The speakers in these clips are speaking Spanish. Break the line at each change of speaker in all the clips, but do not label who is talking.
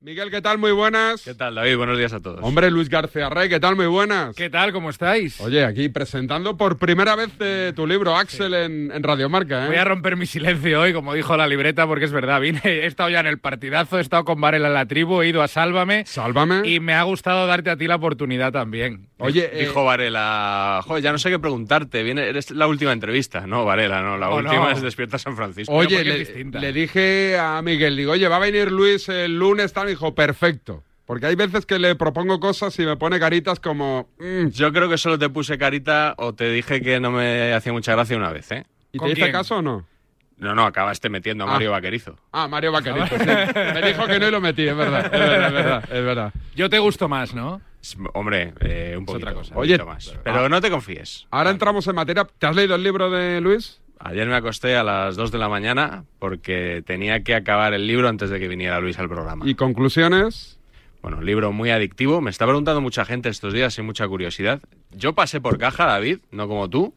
Miguel, ¿qué tal? Muy buenas.
¿Qué tal, David? Buenos días a todos.
Hombre, Luis García Rey, ¿qué tal? Muy buenas.
¿Qué tal? ¿Cómo estáis?
Oye, aquí presentando por primera vez eh, tu libro, Axel, en, en Radiomarca. ¿eh?
Voy a romper mi silencio hoy, como dijo la libreta, porque es verdad. Vine, he estado ya en el partidazo, he estado con Varela en la tribu, he ido a Sálvame.
Sálvame.
Y me ha gustado darte a ti la oportunidad también.
Oye, eh,
Dijo Varela, joder, ya no sé qué preguntarte, viene, eres la última entrevista. No, Varela, no, la
Oh,
última
no.
es Despierta San Francisco.
oye
porque es
le,
distinta.
le dije a Miguel, digo, oye, va a venir Luis el lunes, tal, me dijo, perfecto. Porque hay veces que le propongo cosas y me pone caritas como... mm,
Yo creo que solo te puse carita o te dije que no me hacía mucha gracia una vez, ¿eh?
¿Y te
¿Con
hice
quién?
caso o no?
No, no, acabaste metiendo a
Ah.
Mario Vaquerizo.
Ah, Mario Vaquerito. sí. Me dijo que no y lo metí, es verdad, es verdad, es verdad. Es verdad.
Yo te gusto más, ¿no?
Es- Hombre, eh, un poquito,
otra cosa.
un
Oye,
poquito más. Pero no te confíes.
Ahora entramos en materia. ¿Te has leído el libro de Luis?
Ayer me acosté a las 2 de la mañana porque tenía que acabar el libro antes de que viniera Luis al programa.
¿Y conclusiones?
Bueno, un libro muy adictivo. Me está preguntando mucha gente estos días y mucha curiosidad. Yo pasé por caja, David, no como tú.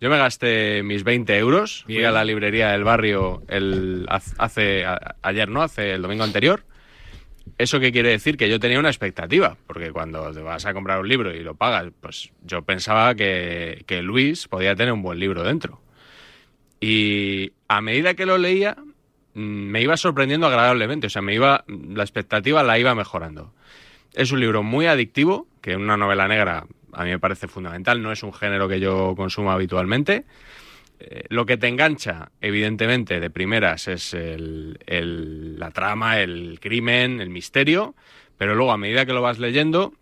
Yo me gasté mis 20 euros. Fui
Bien.
a la librería del barrio el, haz- hace, a- ayer, ¿no? Hace el domingo anterior. ¿Eso qué quiere decir? Que yo tenía una expectativa, porque cuando te vas a comprar un libro y lo pagas, pues yo pensaba que, que Luis podía tener un buen libro dentro. Y a medida que lo leía, mm, me iba sorprendiendo agradablemente, o sea, me iba, la expectativa la iba mejorando. Es un libro muy adictivo, que una novela negra a mí me parece fundamental, no es un género que yo consuma habitualmente. Eh, lo que te engancha, evidentemente, de primeras es el- el- la trama, el crimen, el misterio, pero luego a medida que lo vas leyendo,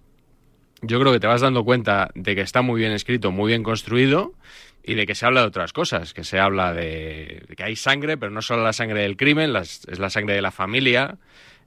yo creo que te vas dando cuenta de que está muy bien escrito, muy bien construido y de que se habla de otras cosas, que se habla de, de que hay sangre, pero no solo la sangre del crimen, las- es la sangre de la familia,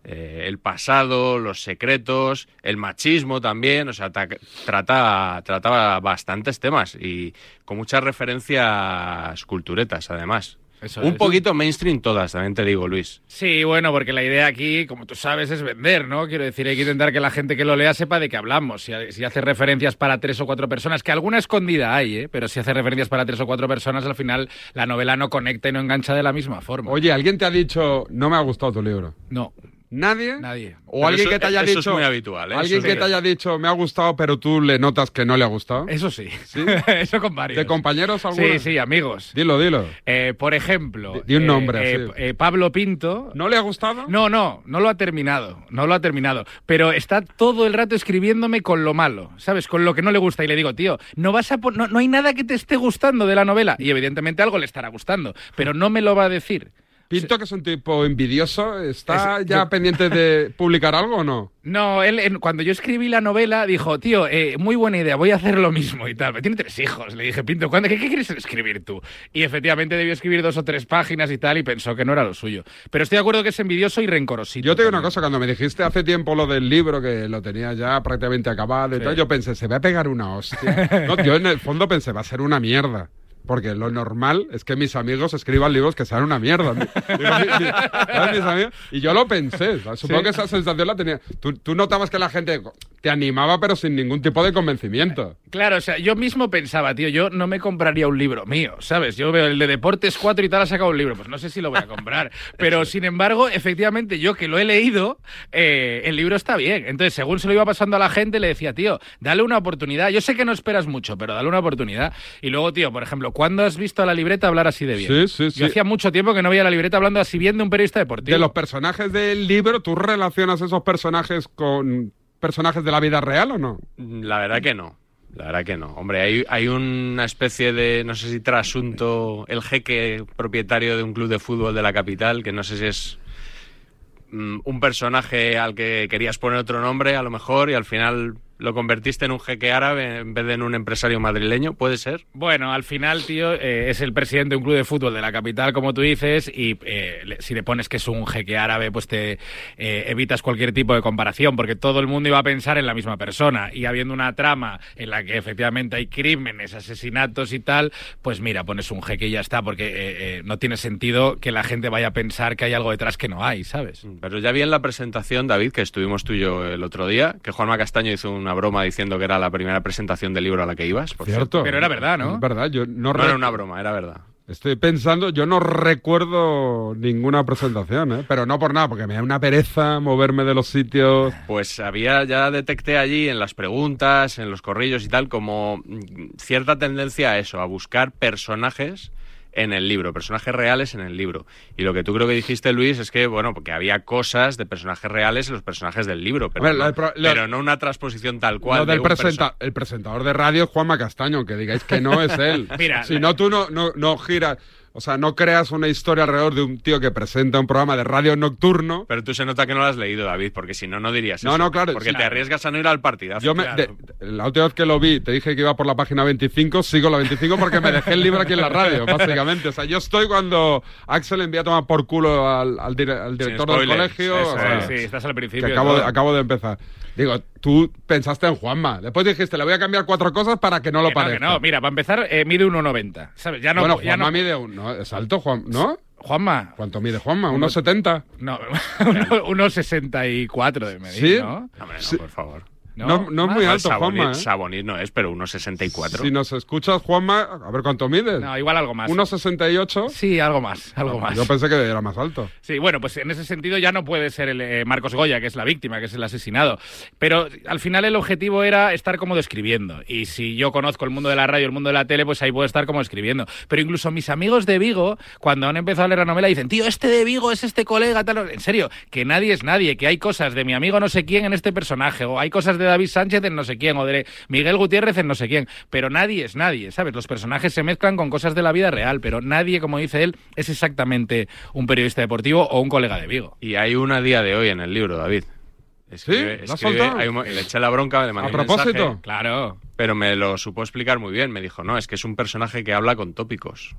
eh, el pasado, los secretos, el machismo también, o sea, ta- trata, trataba bastantes temas y con muchas referencias culturetas además.
Eso
Un
es.
poquito mainstream todas, también te digo, Luis.
Sí, bueno, porque la idea aquí, como tú sabes, es vender, ¿no? Quiero decir, hay que intentar que la gente que lo lea sepa de qué hablamos. Si, si hace referencias para tres o cuatro personas, que alguna escondida hay, ¿eh? Pero si hace referencias para tres o cuatro personas, al final la novela no conecta y no engancha de la misma forma.
Oye, ¿alguien te ha dicho, no me ha gustado tu libro?
No,
¿Nadie?
nadie.
O
Pero
alguien
eso-
que te haya
eso es
dicho.
muy habitual, ¿eh?
Alguien
Eso
que
sí.
te haya dicho, me ha gustado, pero tú le notas que no le ha gustado.
Eso sí. Eso con varios.
¿De compañeros alguno?
Sí, sí, amigos.
Dilo, dilo.
Eh, por ejemplo,
Di- di un
eh,
nombre,
eh,
sí.
eh, Pablo Pinto.
¿No le ha gustado?
No, no, no lo ha terminado, no lo ha terminado, pero está todo el rato escribiéndome con lo malo, ¿sabes? Con lo que no le gusta y le digo, tío, no vas a pon- no, no hay nada que te esté gustando de la novela y evidentemente algo le estará gustando, pero no me lo va a decir.
Pinto, que es un tipo envidioso, ¿está
Es-
ya
yo-
pendiente de publicar algo o no?
No, él en- cuando yo escribí la novela dijo, tío, eh, muy buena idea, voy a hacer lo mismo y tal. Me tiene tres hijos, le dije, Pinto, ¿cuándo, qué, qué quieres escribir tú? Y efectivamente debió escribir dos o tres páginas y tal y pensó que no era lo suyo. Pero estoy de acuerdo que es envidioso y rencorosito.
Yo te digo una
también.
cosa, cuando me dijiste hace tiempo lo del libro, que lo tenía ya prácticamente acabado y
Sí.
tal, yo pensé, se va a pegar una hostia. No, yo en el fondo pensé, va a ser una mierda. Porque lo normal es que mis amigos escriban libros que sean una mierda. Digo, mi- mi- ¿sabes, mis amigos? Y yo lo pensé. ¿sabes? Supongo
Sí.
que esa sensación la tenía. Tú, tú notabas que la gente te animaba, pero sin ningún tipo de convencimiento.
Claro, o sea, yo mismo pensaba, tío, yo no me compraría un libro mío, ¿sabes? Yo veo el de Deportes 4 y tal, ha sacado un libro, pues no sé si lo voy a comprar. Pero, sin embargo, efectivamente, yo que lo he leído, eh, el libro está bien. Entonces, según se lo iba pasando a la gente, le decía, tío, dale una oportunidad. Yo sé que no esperas mucho, pero dale una oportunidad. Y luego, tío, por ejemplo, ¿cuándo has visto a la libreta hablar así de bien?
Sí, sí, sí.
Yo hacía mucho tiempo que no veía a la libreta hablando así bien de un periodista deportivo.
De los personajes del libro, ¿tú relacionas esos personajes con personajes de la vida real o no?
La verdad que no. La verdad que no. Hombre, hay, hay una especie de, no sé si trasunto, el jeque propietario de un club de fútbol de la capital, que no sé si es mm, un personaje al que querías poner otro nombre, a lo mejor, y al final lo convertiste en un jeque árabe en vez de en un empresario madrileño, puede ser.
Bueno, al final, tío, eh, es el presidente de un club de fútbol de la capital, como tú dices, y eh, le- si le pones que es un jeque árabe, pues te eh, evitas cualquier tipo de comparación, porque todo el mundo iba a pensar en la misma persona. Y habiendo una trama en la que efectivamente hay crímenes, asesinatos y tal, pues mira, pones un jeque y ya está, porque eh, eh, no tiene sentido que la gente vaya a pensar que hay algo detrás que no hay, ¿sabes?
Pero ya vi en la presentación, David, que estuvimos tú y yo el otro día, que Juanma Castaño hizo una broma diciendo que era la primera presentación del libro a la que ibas. por
Cierto.
Pero era verdad, ¿no?
Es verdad, yo no,
No
re-
era una broma, era verdad.
Estoy pensando, yo no recuerdo ninguna presentación, ¿eh? pero no por nada, porque me da una pereza moverme de los sitios.
Pues había, ya detecté allí en las preguntas, en los corrillos y tal, como mm, cierta tendencia a eso, a buscar personajes en el libro, personajes reales en el libro. Y lo que tú creo que dijiste, Luis, es que, bueno, porque había cosas de personajes reales en los personajes del libro, pero,
A ver,
no,
lo de pro- lo-
pero no una transposición tal cual.
Lo del
de un
presenta- el presentador de radio es Juanma Castaño, que digáis que no es él.
Mira,
si no, tú no, no, no giras, o sea, no creas una historia alrededor de un tío que presenta un programa de radio nocturno.
Pero tú se nota que no lo has leído, David, porque si no, no dirías
No,
eso.
no, claro,
Porque
sí.
te arriesgas a no ir al partidazo.
Yo me-
Claro.
de- la última vez que lo vi, te dije que iba por la página 25, sigo la 25 porque me dejé el libro aquí en la radio, básicamente. O sea, yo estoy cuando Axel envía a tomar por culo al, al dire- al director del
spoilers,
colegio.
eso
o
es.
sea,
Sí,
sí, estás al principio.
que acabo de,
¿no?
acabo de empezar. Digo, tú pensaste en Juanma. Después dijiste, le voy a cambiar cuatro cosas para que no lo
Que no, que
parezca.
no, mira, para empezar, eh, mide 1,90. ¿Sabes? Ya no.
bueno,
ya
Juanma
no-
mide un... No, es alto, Juan, ¿no?
Juanma.
¿Cuánto mide Juanma? ¿Unos 70?
No, uno- 1,64 de medir,
¿Sí?
¿no?
Hombre, no,
Sí.
por favor.
No, no, es muy
Ah,
alto,
Sabonis,
Juanma. ¿eh?
Sabonis no es, pero 1,64.
Si nos escuchas, Juanma, a ver cuánto mides.
No, igual algo más.
1,68.
Sí, algo más, algo más.
Ah, Yo pensé que era más alto.
Sí, bueno, pues en ese sentido ya no puede ser el eh, Marcos Goya, que es la víctima, que es el asesinado. Pero al final el objetivo era estar como describiendo. Y si yo conozco el mundo de la radio, el mundo de la tele, pues ahí puedo estar como escribiendo. Pero incluso mis amigos de Vigo, cuando han empezado a leer la novela, dicen, tío, este de Vigo es este colega, tal. En serio, que nadie es nadie, que hay cosas de mi amigo no sé quién en este personaje, o hay cosas de David Sánchez en no sé quién, o de Miguel Gutiérrez en no sé quién. Pero nadie es nadie, ¿sabes? Los personajes se mezclan con cosas de la vida real, pero nadie, como dice él, es exactamente un periodista deportivo o un colega de Vigo.
Y hay una a día de hoy en el libro, David. Escribe,
¿Sí? ¿La has
escribe-
soltado?
hay un mo- le eché la bronca, le mandé
¿A
un mensaje,
propósito?
Claro.
pero me lo supo explicar muy bien. Me dijo, no, es que es un personaje que habla con tópicos.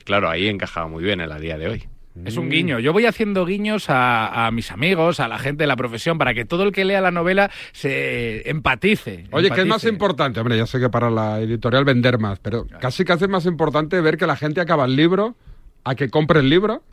Y claro, ahí encajaba muy bien el a día de hoy.
Es
Mm.
un guiño. Yo voy haciendo guiños a, a mis amigos, a la gente de la profesión, para que todo el que lea la novela se empatice.
Oye, ¿qué es
empatice.
más importante? Hombre, ya sé que para la editorial vender más, pero casi casi es más importante ver que la gente acaba el libro a que compre el libro.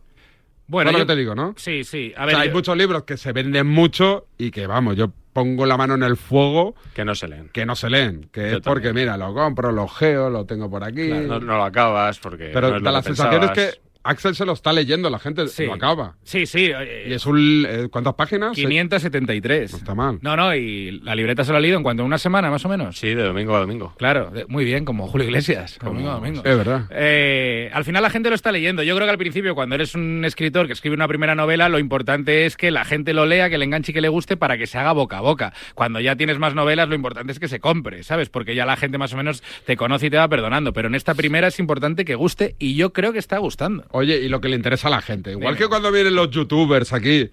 Bueno,
Solo
yo
te digo, ¿no?
Sí, sí. A
O
ver,
sea, hay
yo-
muchos libros que se venden mucho y que, vamos, yo pongo la mano en el fuego
Que no se leen.
que no se leen, que es
Yo
porque,
también.
mira, lo compro, lo geo, lo tengo por aquí.
Claro, no, no lo acabas porque.
pero
no es lo
da la
que
sensación es
pensabas.
que Axel se lo está leyendo, la gente
Sí.
lo acaba.
Sí, sí.
Y
eh,
es un... eh, ¿Cuántas páginas?
573.
No está mal.
No, no, y la libreta se la ha leído en cuanto a una semana, más o menos.
Sí, de domingo a domingo.
Claro, de- muy bien, como Julio Iglesias. domingo a domingo.
Es verdad.
Eh, al final la gente lo está leyendo. Yo creo que al principio, cuando eres un escritor que escribe una primera novela, lo importante es que la gente lo lea, que le enganche y que le guste para que se haga boca a boca. Cuando ya tienes más novelas, lo importante es que se compre, ¿sabes? Porque ya la gente más o menos te conoce y te va perdonando. Pero en esta primera es importante que guste y yo creo que está gustando.
Oye, y lo que le interesa a la gente. Igual
Dime.
que cuando vienen los youtubers aquí,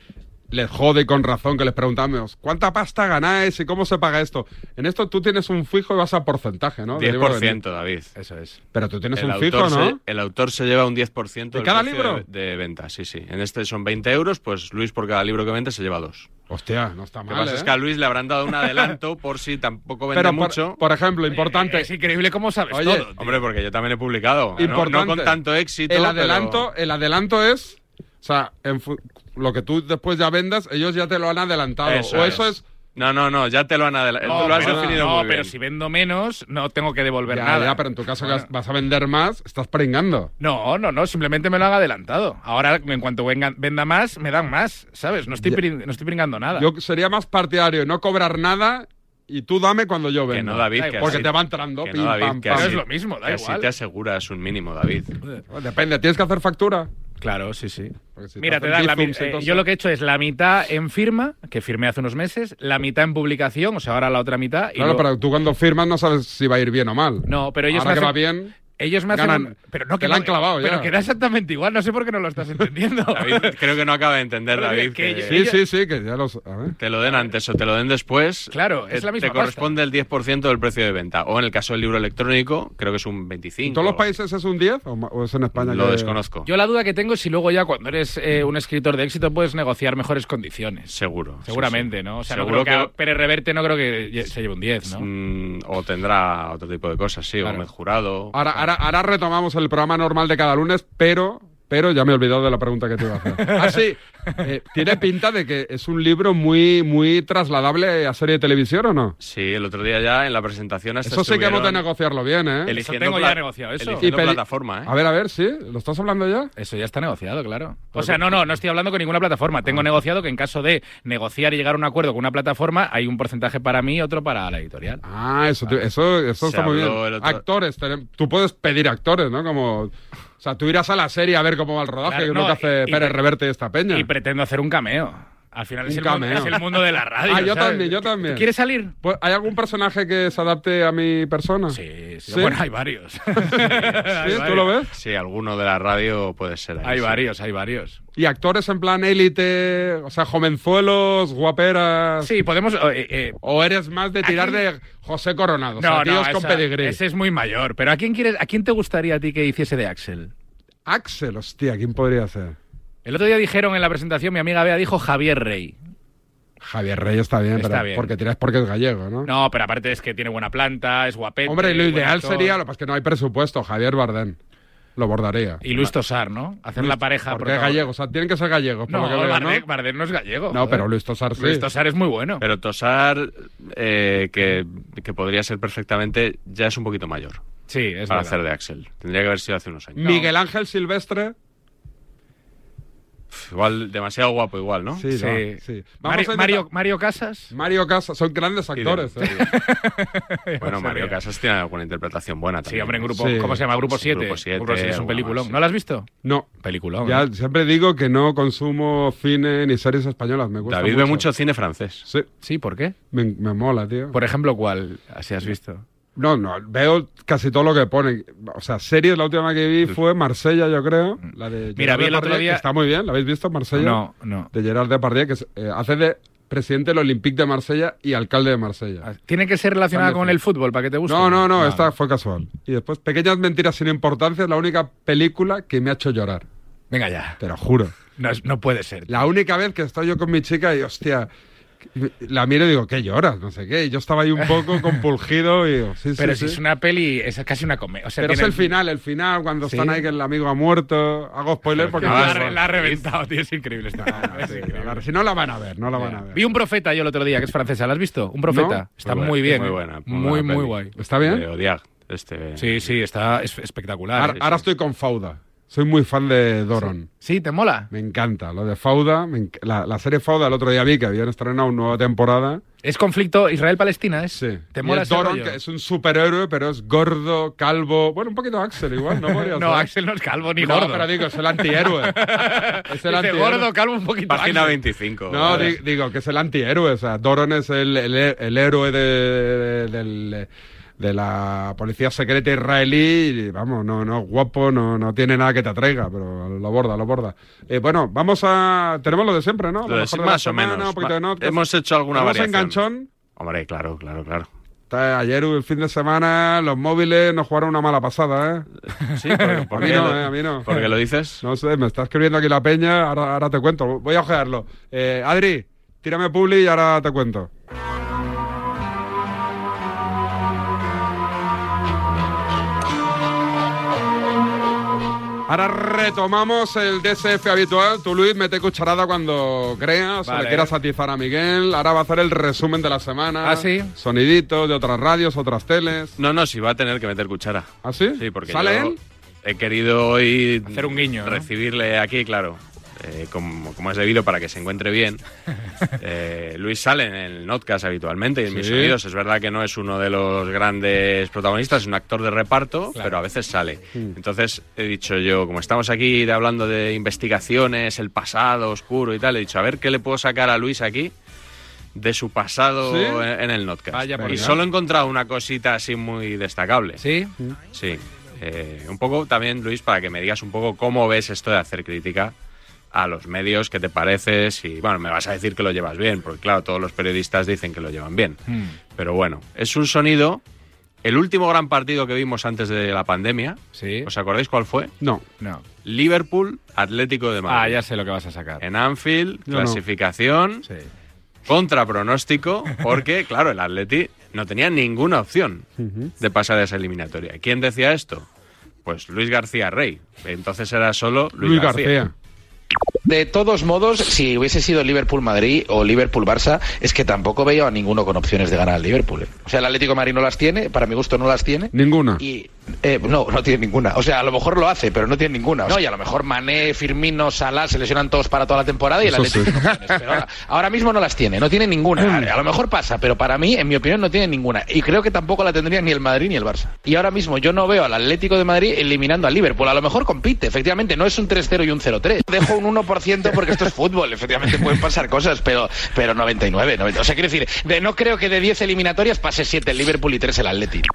les jode con razón que les preguntamos ¿cuánta pasta ganáis y cómo se paga esto? En esto tú tienes un fijo y vas a porcentaje, ¿no? De libro
10%,
vendido.
David.
Eso es.
Pero tú tienes
El
un fijo,
autor, se,
¿no?
el autor se lleva un 10% del
cada
precio
libro?
de, de venta, sí, sí. En este son 20 euros, pues Luis por cada libro que vende se lleva dos.
Hostia, no está
Lo que
mal.
pasa
¿eh?
es que a Luis le habrán dado un adelanto por si tampoco vende
Pero, por,
mucho.
por ejemplo, importante.
Es increíble cómo sabes
Oye,
todo. tío.
Hombre, porque yo también he publicado. ¿eh? ¿no? No,
Importante.
con tanto éxito.
el
pero-
adelanto, el adelanto es, o sea, en fu- lo que tú después ya vendas, ellos ya te lo han adelantado. o eso es,
No, no, no, ya te lo han adelantado.
No,
lo has
pero-
definido
Ah, no,
muy bien.
pero si vendo menos, no tengo que devolver
ya,
nada.
ya, pero en tu caso que
Bueno.
vas- vas a vender más, estás pringando.
No, no, no, simplemente me lo han adelantado. Ahora, en cuanto venga- venda más, me dan más, ¿sabes? No estoy,
Ya.
prin- no estoy pringando nada.
Yo sería más partidario de no cobrar nada y tú dame cuando yo
Que
venga.
no, David,
Da
que
igual.
Porque
así-
te va entrando,
que
pim,
no, David,
pam,
que
pam.
Pero
así,
es lo mismo, da
que así
igual.
te aseguras un mínimo, David.
Bueno, Depende, tienes que hacer factura.
Claro, sí, sí.
Porque si
Mira, te
hacen
dan la
bizums,
mitad.
entonces-
yo lo que he hecho es la mitad en firma, que firmé hace unos meses, la mitad en publicación, o sea, ahora la otra mitad. y
Claro,
luego-
pero tú cuando firmas no sabes si va a ir bien o mal.
No, pero ellos
Ahora
me
que va
hacen-
bien,
Ellos me hacen.
ganan.
un- Pero no,
Te
que
la
no-
han clavado
Pero
ya.
queda exactamente igual, no sé por qué no lo estás entendiendo.
David, creo que no acaba de entender,
Pero
David,
que- que
que
sí,
ellos-
sí, sí, que ya los... A ver.
te lo den antes o te lo den después.
Claro, es
te-
la misma
Te
pasta.
corresponde el 10% del precio de venta. O en el caso del libro electrónico, creo que es un 25.
¿En todos los
o algo así.
países es un 10 o, ma- o es en España?
Lo
que-
desconozco.
Yo la duda que tengo es si luego ya cuando eres eh, un escritor de éxito puedes negociar mejores condiciones.
Seguro. sí,
Seguramente,
sí.
¿no? O sea,
Seguro
no creo que,
que-
a Pérez Reverte no creo que lle- se lleve un 10, ¿no?
Mm, o tendrá otro tipo de cosas, sí.
Claro. Ah.
O mejorado.
Ahora, ahora, ahora retomamos el programa normal de cada lunes, pero pero ya me he olvidado de la pregunta que te iba a hacer. Ah, sí, eh, tiene pinta de que es un libro muy, muy trasladable a serie de televisión o no.
Sí, el otro día ya en la presentación hasta
Eso sí que hemos de
estuvieron
negociarlo bien, ¿eh?
Eso
eligiendo
tengo ya
pla-
negociado, eso.
Y
eligiendo
peli-
plataforma, ¿eh?
A ver, a ver, sí, ¿lo estás hablando ya?
Eso ya está negociado, claro. O sea, no, no, no estoy hablando con ninguna plataforma. Tengo negociado que en caso de negociar y llegar a un acuerdo con una plataforma, hay un porcentaje para mí y otro para la editorial.
Ah, eso, te- eso, eso
Se
está muy bien.
habló el otro-
Actores, tenem- tú puedes pedir actores, ¿no? Como, o sea, tú irás a la serie a ver cómo va el rodaje,
Claro,
que es lo
no,
que hace
y- y-
Pérez Reverte y esta peña.
Y pretendo hacer un cameo. Al final es
Un
el, mundo,
cameo.
es el mundo de la radio.
Ah, yo
¿sabes?
también, yo también.
¿Quieres salir?
Pues, ¿Hay algún personaje que se adapte a mi persona?
Sí, sí.
¿Sí?
Eh, Bueno, hay varios. ¿Sí?
¿Sí? ¿Tú lo ves?
Sí, alguno de la radio puede ser. ahí,
Hay
sí.
varios, hay varios.
Y actores en plan élite, o sea, jovenzuelos, guaperas.
Sí, podemos. eh, eh,
O eres más de tirar
Aquí-
de José Coronado, o sea, tíos con
esa-
pedigrí.
ese es muy mayor. Pero ¿a quién quieres, a quién te gustaría a ti que hiciese de Axel?
Axel, hostia, ¿quién podría ser?
El otro día dijeron en la presentación, mi amiga Bea dijo Javier Rey.
Javier Rey está bien,
Está
pero
bien.
porque tiras porque es gallego, ¿no?
No, pero aparte es que tiene buena planta, es guapete.
Hombre, lo
eh, buen
ideal
actor.
sería, lo que pasa es que no hay presupuesto, Javier Bardem. Lo bordaría.
Y Luis Tosar, ¿no? Hacer la pareja.
Porque es
protagonista.
gallego, o sea, tienen que ser gallegos, por
No,
lo que veo,
Bardem,
¿no?
Bardem no es gallego.
No,
joder.
pero Luis Tosar sí.
Luis Tosar es muy bueno.
Pero Tosar, eh, que, que podría ser perfectamente, ya es un poquito mayor
sí, es verdad.
para hacer de Axel. Tendría que haber sido hace unos años.
Miguel Ángel Silvestre.
Pf, Igual, demasiado guapo, igual, ¿no?
Sí,
Sí.
no, sí. Vamos
Mario,
a intentar-
Mario, Mario Casas.
Mario Casas, son grandes
Y de-
actores. ¿eh?
Bueno, Mario Casas tiene alguna interpretación buena también.
Sí, hombre, en grupo.
Sí.
¿Cómo se llama? Grupo
Sí,
7.
Grupo siete,
es un
alguna
peliculón.
más, sí.
¿No lo has visto?
No,
Peliculón.
ya
¿eh?
siempre digo que no consumo cine ni series españolas. Me gusta
David ve mucho cine francés.
Sí,
Sí, ¿por qué?
me, me mola, tío.
Por ejemplo, ¿cuál? Así has visto.
No, no, veo casi todo lo que pone. O sea, series, la última que vi fue Marsella, yo
Mm.
creo. La de
Mira,
Gerard
vi el otro
Depardieu,
día-
que Está muy bien, ¿la habéis visto, Marsella?
No, no.
De Gerard Depardieu, que es, eh, hace de presidente del Olympique de Marsella y alcalde de Marsella.
Ah, Tiene que ser relacionada
Cambio
con
de-
el fútbol para que te guste.
No, no, no,
Vale.
esta fue casual. Y después, Pequeñas Mentiras sin Importancia es la única película que me ha hecho llorar.
Venga ya.
Te lo juro.
No, es- no puede ser.
La única vez que estoy yo con mi chica y, hostia, la miro y digo, ¿qué lloras? No sé qué. Y yo estaba ahí un poco compulgido y digo, sí,
Pero
sí,
si
sí.
es una peli, es casi una comedia. O sea,
Pero es
tiene-
el final, el final, cuando
Sí.
están ahí que el amigo ha muerto. Hago spoiler porque...
Ah,
La,
bueno.
la ha reventado, tío. Es increíble. esta- es
Sí,
increíble.
claro, si no la van a ver, no la van a ver.
Vi un profeta Ah, yo el otro día, que es francesa. ¿La has visto? Un profeta.
No.
Está
Muy buena,
muy bien.
muy
¿eh?
buena, muy
Muy,
buena
muy
peli.
guay.
¿Está bien?
De Odiag, este.
Sí, sí, está es- espectacular.
ahora,
¿eh?
ahora estoy con Fauda. Soy muy fan de Doron.
Sí, ¿te mola?
Me encanta. Lo de Fauda, me enc- la, la serie Fauda el otro día vi que habían estrenado una nueva temporada.
Es conflicto Israel-Palestina, ¿es?
Sí.
¿Te
Y
mola
es
ese
Doron,
rollo?
que es un superhéroe, pero es gordo, calvo. Bueno, un poquito Axel igual, ¿no? Podría
No,
ser.
Axel no es calvo ni
no,
gordo.
pero digo, es el antihéroe. es el
Dice,
antihéroe.
gordo, calvo, un poquito.
Página
Axel.
25.
No,
Vale.
di- digo que es el antihéroe. O sea, Doron es el, el, el héroe de, de- del- de la policía secreta israelí. y, vamos, no, no, es guapo, no, no tiene nada que te atraiga, pero lo borda, lo borda. Eh, bueno, vamos a. Tenemos lo de siempre, ¿no?
Lo de-
mejor de la
más o
semana,
menos.
un poquito de
Va-
notas.
Hemos hecho alguna
Tenemos
variación.
enganchón.
Hombre, claro, claro, claro.
Está Ayer el fin de semana, los móviles nos jugaron una mala pasada, ¿eh?
Sí, porque,
A mí no, eh, a mí no.
¿Por qué lo dices?
No sé, me está escribiendo aquí la peña, ahora, ahora te cuento. Voy a ojearlo. Eh, Adri, tírame publi y ahora te cuento. Ahora retomamos el DSF habitual. Tú, Luis, mete cucharada cuando creas o
Vale.
le quieras atizar a Miguel. Ahora va a hacer el resumen de la semana.
Ah, ¿sí?
Soniditos de otras radios, otras teles.
No, no, si va a tener que meter cuchara.
¿Así?
Sí, porque
¿Sale
yo
él?
he querido hoy
Hacer un guiño, ¿no?
recibirle aquí, claro, eh, como, como es debido para que se encuentre bien. Eh, Luis sale en el Notcast habitualmente y en mis
Sí.
sonidos. Es verdad que no es uno de los grandes protagonistas, es un actor de reparto, pero a veces sale.
Hmm.
Entonces he dicho yo, como estamos aquí de- hablando de investigaciones, el pasado oscuro y tal, he dicho, a ver qué le puedo sacar a Luis aquí de su pasado
¿Sí?
en, en el Notcast.
Vaya por
y
Dios.
solo he encontrado una cosita así muy destacable.
¿Sí?
Sí. Eh, un poco también, Luis, para que me digas un poco cómo ves esto de hacer crítica a los medios, qué te parece, si, bueno, me vas a decir que lo llevas bien, porque claro, todos los periodistas dicen que lo llevan bien.
Mm.
Pero bueno, es un sonido, el último gran partido que vimos antes de la pandemia,
¿Sí?
¿os acordáis cuál fue?
No.
no.
Liverpool, Atlético de
Ah,
Madrid.
ya sé lo que vas a sacar.
En Anfield,
Yo no.
clasificación,
Sí.
contra pronóstico, porque claro, el Atleti no tenía ninguna opción de pasar a esa eliminatoria. ¿Quién decía esto? Pues Luis García Rey. Entonces era solo Luis,
Luis García.
De todos modos, si hubiese sido Liverpool-Madrid o Liverpool-Barça, es que tampoco veía a ninguno con opciones de ganar al Liverpool. ¿eh? O sea, el Atlético de Madrid no las tiene, para mi gusto no las tiene.
Ninguna.
Y eh, no, no tiene ninguna. O sea, a lo mejor lo hace, pero no tiene ninguna. O sea, no, y a lo mejor Mané, Firmino, Salah se lesionan todos para toda la temporada y el
Eso
Atlético
sí.
tiene opciones. Pero ahora, ahora mismo no las tiene, no tiene ninguna. A lo mejor pasa, pero para mí, en mi opinión, no tiene ninguna. Y creo que tampoco la tendría ni el Madrid ni el Barça. Y ahora mismo yo no veo al Atlético de Madrid eliminando al Liverpool. A lo mejor compite, efectivamente, no es un 3-0 y un 0-3. Dejo un 1% porque esto es fútbol, efectivamente pueden pasar cosas, pero, pero 99, 90. O sea, quiero decir, de- no creo que de 10 eliminatorias pase 7 el Liverpool y 3 el Atlético.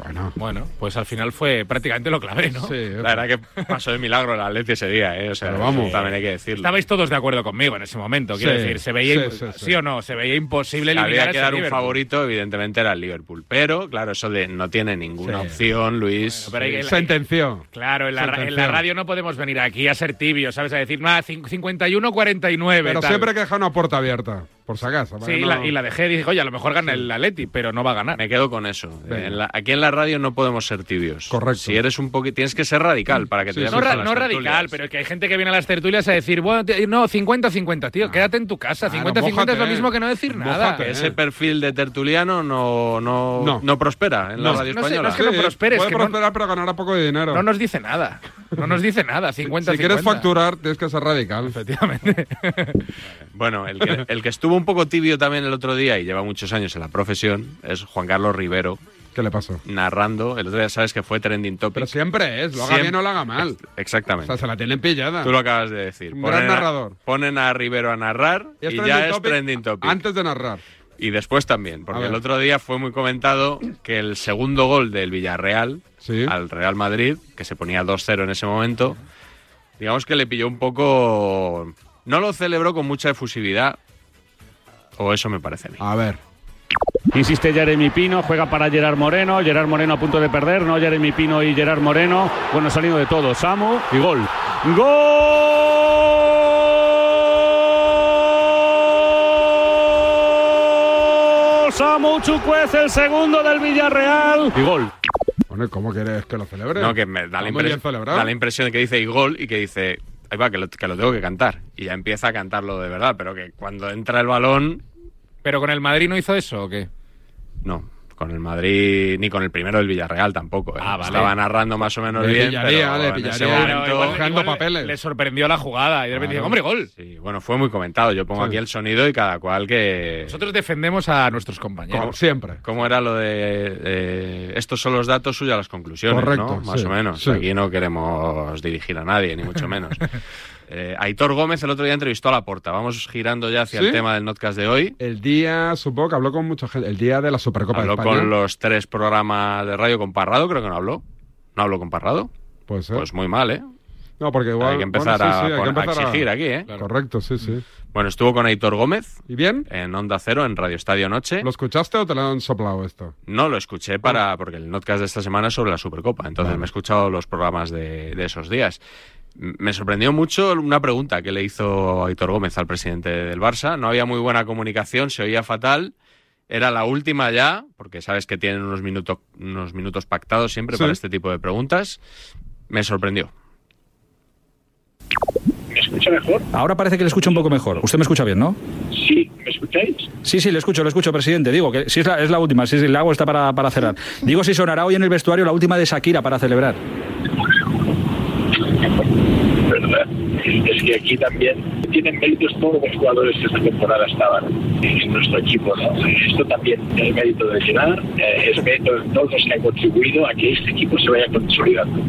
Bueno.
Bueno, pues al final fue prácticamente lo clave, ¿no?
Sí,
La verdad que pasó de milagro el Atleti ese día, ¿eh? O sea,
Pero vamos.
eso también hay que decirlo.
Estabais todos de acuerdo conmigo en ese momento, quiero
Sí,
decir, se veía
sí,
sí,
sí, sí.
o no, se veía imposible
Si
eliminar a
había que
ese
dar un
Liverpool.
favorito, evidentemente era el Liverpool. Pero, claro, eso de no tiene ninguna
Sí.
opción, Luis.
Bueno, pero hay que-
sentenció.
Claro, en la, ra- en la
Sentenciado.
radio no podemos venir aquí a ser tibios, ¿sabes? A decir, nada, 51-49.
Pero
tal".
siempre que deja una puerta abierta, por si acaso. para
Sí,
que
y
no-
la, y la dejé y dije, oye, a lo mejor gana el Atleti, pero no va a ganar.
Me quedo con eso.
Venga.
En la- aquí en la radio no podemos ser tibios.
Correcto.
Si eres un poquito. Tienes que ser radical para que
Sí,
te
sí,
No,
llamen
ra-
a las
no
tertulias.
radical, pero es que hay gente que viene a las tertulias a decir, bueno, te- no, 50-50,
Ah.
tío, quédate en tu casa.
Claro,
50-50 es lo
mójate,
mismo que no decir nada.
mójate.
Ese perfil de tertuliano no, no,
No.
no prospera en la
No.
radio
No sé,
española.
no sé, que prospere, es
puede
que no-
prosperar, pero ganará poco de dinero.
No nos dice nada. No nos dice nada, 50-50.
si quieres facturar, tienes que ser radical.
Efectivamente.
Bueno, el que, el que estuvo un poco tibio también el otro día y lleva muchos años en la profesión es Juan Carlos Rivero,
¿Qué le pasó?
narrando. El otro día sabes que fue trending topic.
Pero siempre es, lo haga
Siempre-
bien o lo haga mal.
Exactamente.
O sea, se la tienen pillada.
Tú lo acabas de decir.
Un gran
a-
narrador.
ponen a Rivero a narrar y,
es
ya es trending topic.
Antes de narrar.
Y después también,
A
porque
ver.
el otro día fue muy comentado que el segundo gol del Villarreal
Sí.
al Real Madrid, que se ponía 2-0 en ese momento, digamos que le pilló un poco... No lo celebró con mucha efusividad, o eso me parece a mí.
A ver.
Insiste Jeremy Pino, juega para Gerard Moreno, Gerard Moreno a punto de perder, no Jeremy Pino y Gerard Moreno. Bueno, saliendo de todo, Samu y gol. ¡Gol! Samu Chukwuez, el segundo del Villarreal. Y gol.
Bueno, ¿y ¿cómo quieres que lo celebre?
No, que me da la,
Está muy
impres-
bien celebrado.
da la impresión de que dice y gol y que dice, ahí va, que lo, que lo tengo que cantar. Y ya empieza a cantarlo de verdad, pero que cuando entra el balón,
¿Pero con el Madrid no hizo eso o qué?
no. Con el Madrid, ni con el primero del Villarreal tampoco. ¿eh?
Ah, vale.
Estaba narrando más o menos
Le
bien.
pillaría,
pero
le
en ese
pillaría. Claro,
momento-
igual- Buscando papeles.
Le sorprendió la jugada y de repente
Claro.
dice, hombre, gol.
Sí, bueno, fue muy comentado. Yo pongo
Sí.
aquí el sonido y cada cual que.
Nosotros defendemos a nuestros compañeros.
Como siempre.
¿Cómo era lo de eh, estos son los datos suyas las conclusiones?
Correcto,
¿no? Más
sí,
o menos.
sí.
Aquí no queremos dirigir a nadie, ni mucho menos. Eh, Aitor Gómez el otro día entrevistó a la porta. Vamos girando ya hacia
¿Sí?
el tema del podcast de hoy.
El día, supongo que habló con mucha gente. El día de la Supercopa
habló
de España.
con los tres programas de radio con Parrado, creo que no habló. ¿No habló con Parrado?
Puede ser.
Pues muy mal, ¿eh?
no, porque igual.
hay que empezar,
bueno, sí, sí, hay
a,
que
pon- a
empezar a-
exigir aquí, ¿eh?
Correcto, sí, sí.
Mm.
Bueno, estuvo con Aitor Gómez
¿Y bien?
en Onda Cero, en Radio Estadio Noche.
¿Lo escuchaste o te lo han soplado esto?
No lo
Ah.
escuché para porque el podcast de esta semana es sobre la Supercopa, entonces
Vale.
me he escuchado los programas de, de esos días. M- Me sorprendió mucho una pregunta que le hizo Aitor Gómez al presidente del Barça. No había muy buena comunicación, se oía fatal. Era la última ya, porque sabes que tienen unos, minutos unos minutos pactados siempre
Sí.
para este tipo de preguntas. Me sorprendió.
¿Me escucha mejor?
Ahora parece que le escucho un poco mejor. Usted me escucha bien, ¿no?
Sí, ¿me escucháis?
Sí, sí, le escucho, le escucho, presidente. Digo que si es la, es la última, si, si la hago está para, para cerrar. Digo si sonará hoy en el vestuario la última de Shakira para celebrar.
¿Verdad? Es que aquí también tienen méritos todos los jugadores que esta temporada estaban en nuestro equipo. ¿no? Esto también es mérito de Gerard, eh, es mérito de todos los que han contribuido a que este equipo se vaya consolidando.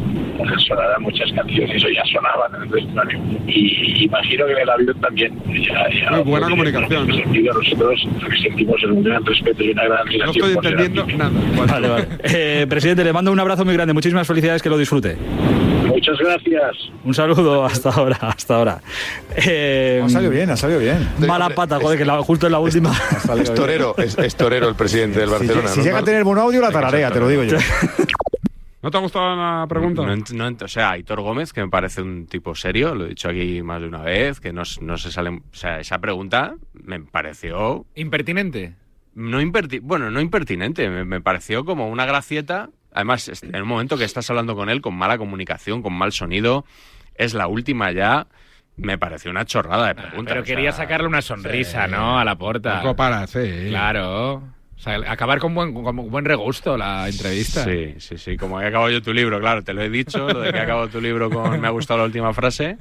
Sonarán muchas canciones, o ya sonaban en el vestuario. Y imagino que en el avión también. ya- ya- pues,
Muy buena comunicación,
En
¿no?
ese sentido, nosotros lo que sentimos es un gran respeto y una gran
No
admiración.
estoy
por Gerard
entendiendo
Piqué.
nada.
Vale, vale. Eh, presidente, le mando un abrazo muy grande. Muchísimas felicidades, que lo disfrute.
Muchas gracias.
Un saludo hasta ahora, hasta ahora. Eh,
Ha salido bien, ha salido bien.
Mala pata, joder, que la- justo en la última.
Ha salido
Es
bien.
torero, es, es torero el presidente del
Si-
Barcelona.
Si,
¿no?
llega a tener buen audio, la tararea, te lo digo yo.
¿No te ha gustado la pregunta?
No ent- no ent- o sea, Aitor Gómez, que me parece un tipo serio, lo he dicho aquí más de una vez, que no, s- no se sale... O sea, esa pregunta me pareció
Impertinente.
no imperti- bueno, no impertinente, me, me pareció como una gracieta Además, est- en un momento que estás hablando con él con mala comunicación, con mal sonido, es la última ya. Me pareció una chorrada de pregunta.
Pero
o sea,
quería sacarle una sonrisa, ¿no? A la porta.
Poco para, sí.
Claro. O sea, acabar con buen, con buen regusto la entrevista.
Sí, sí, sí. Como he acabado yo tu libro, claro, te lo he dicho, lo de que he acabado tu libro con me ha gustado la última frase.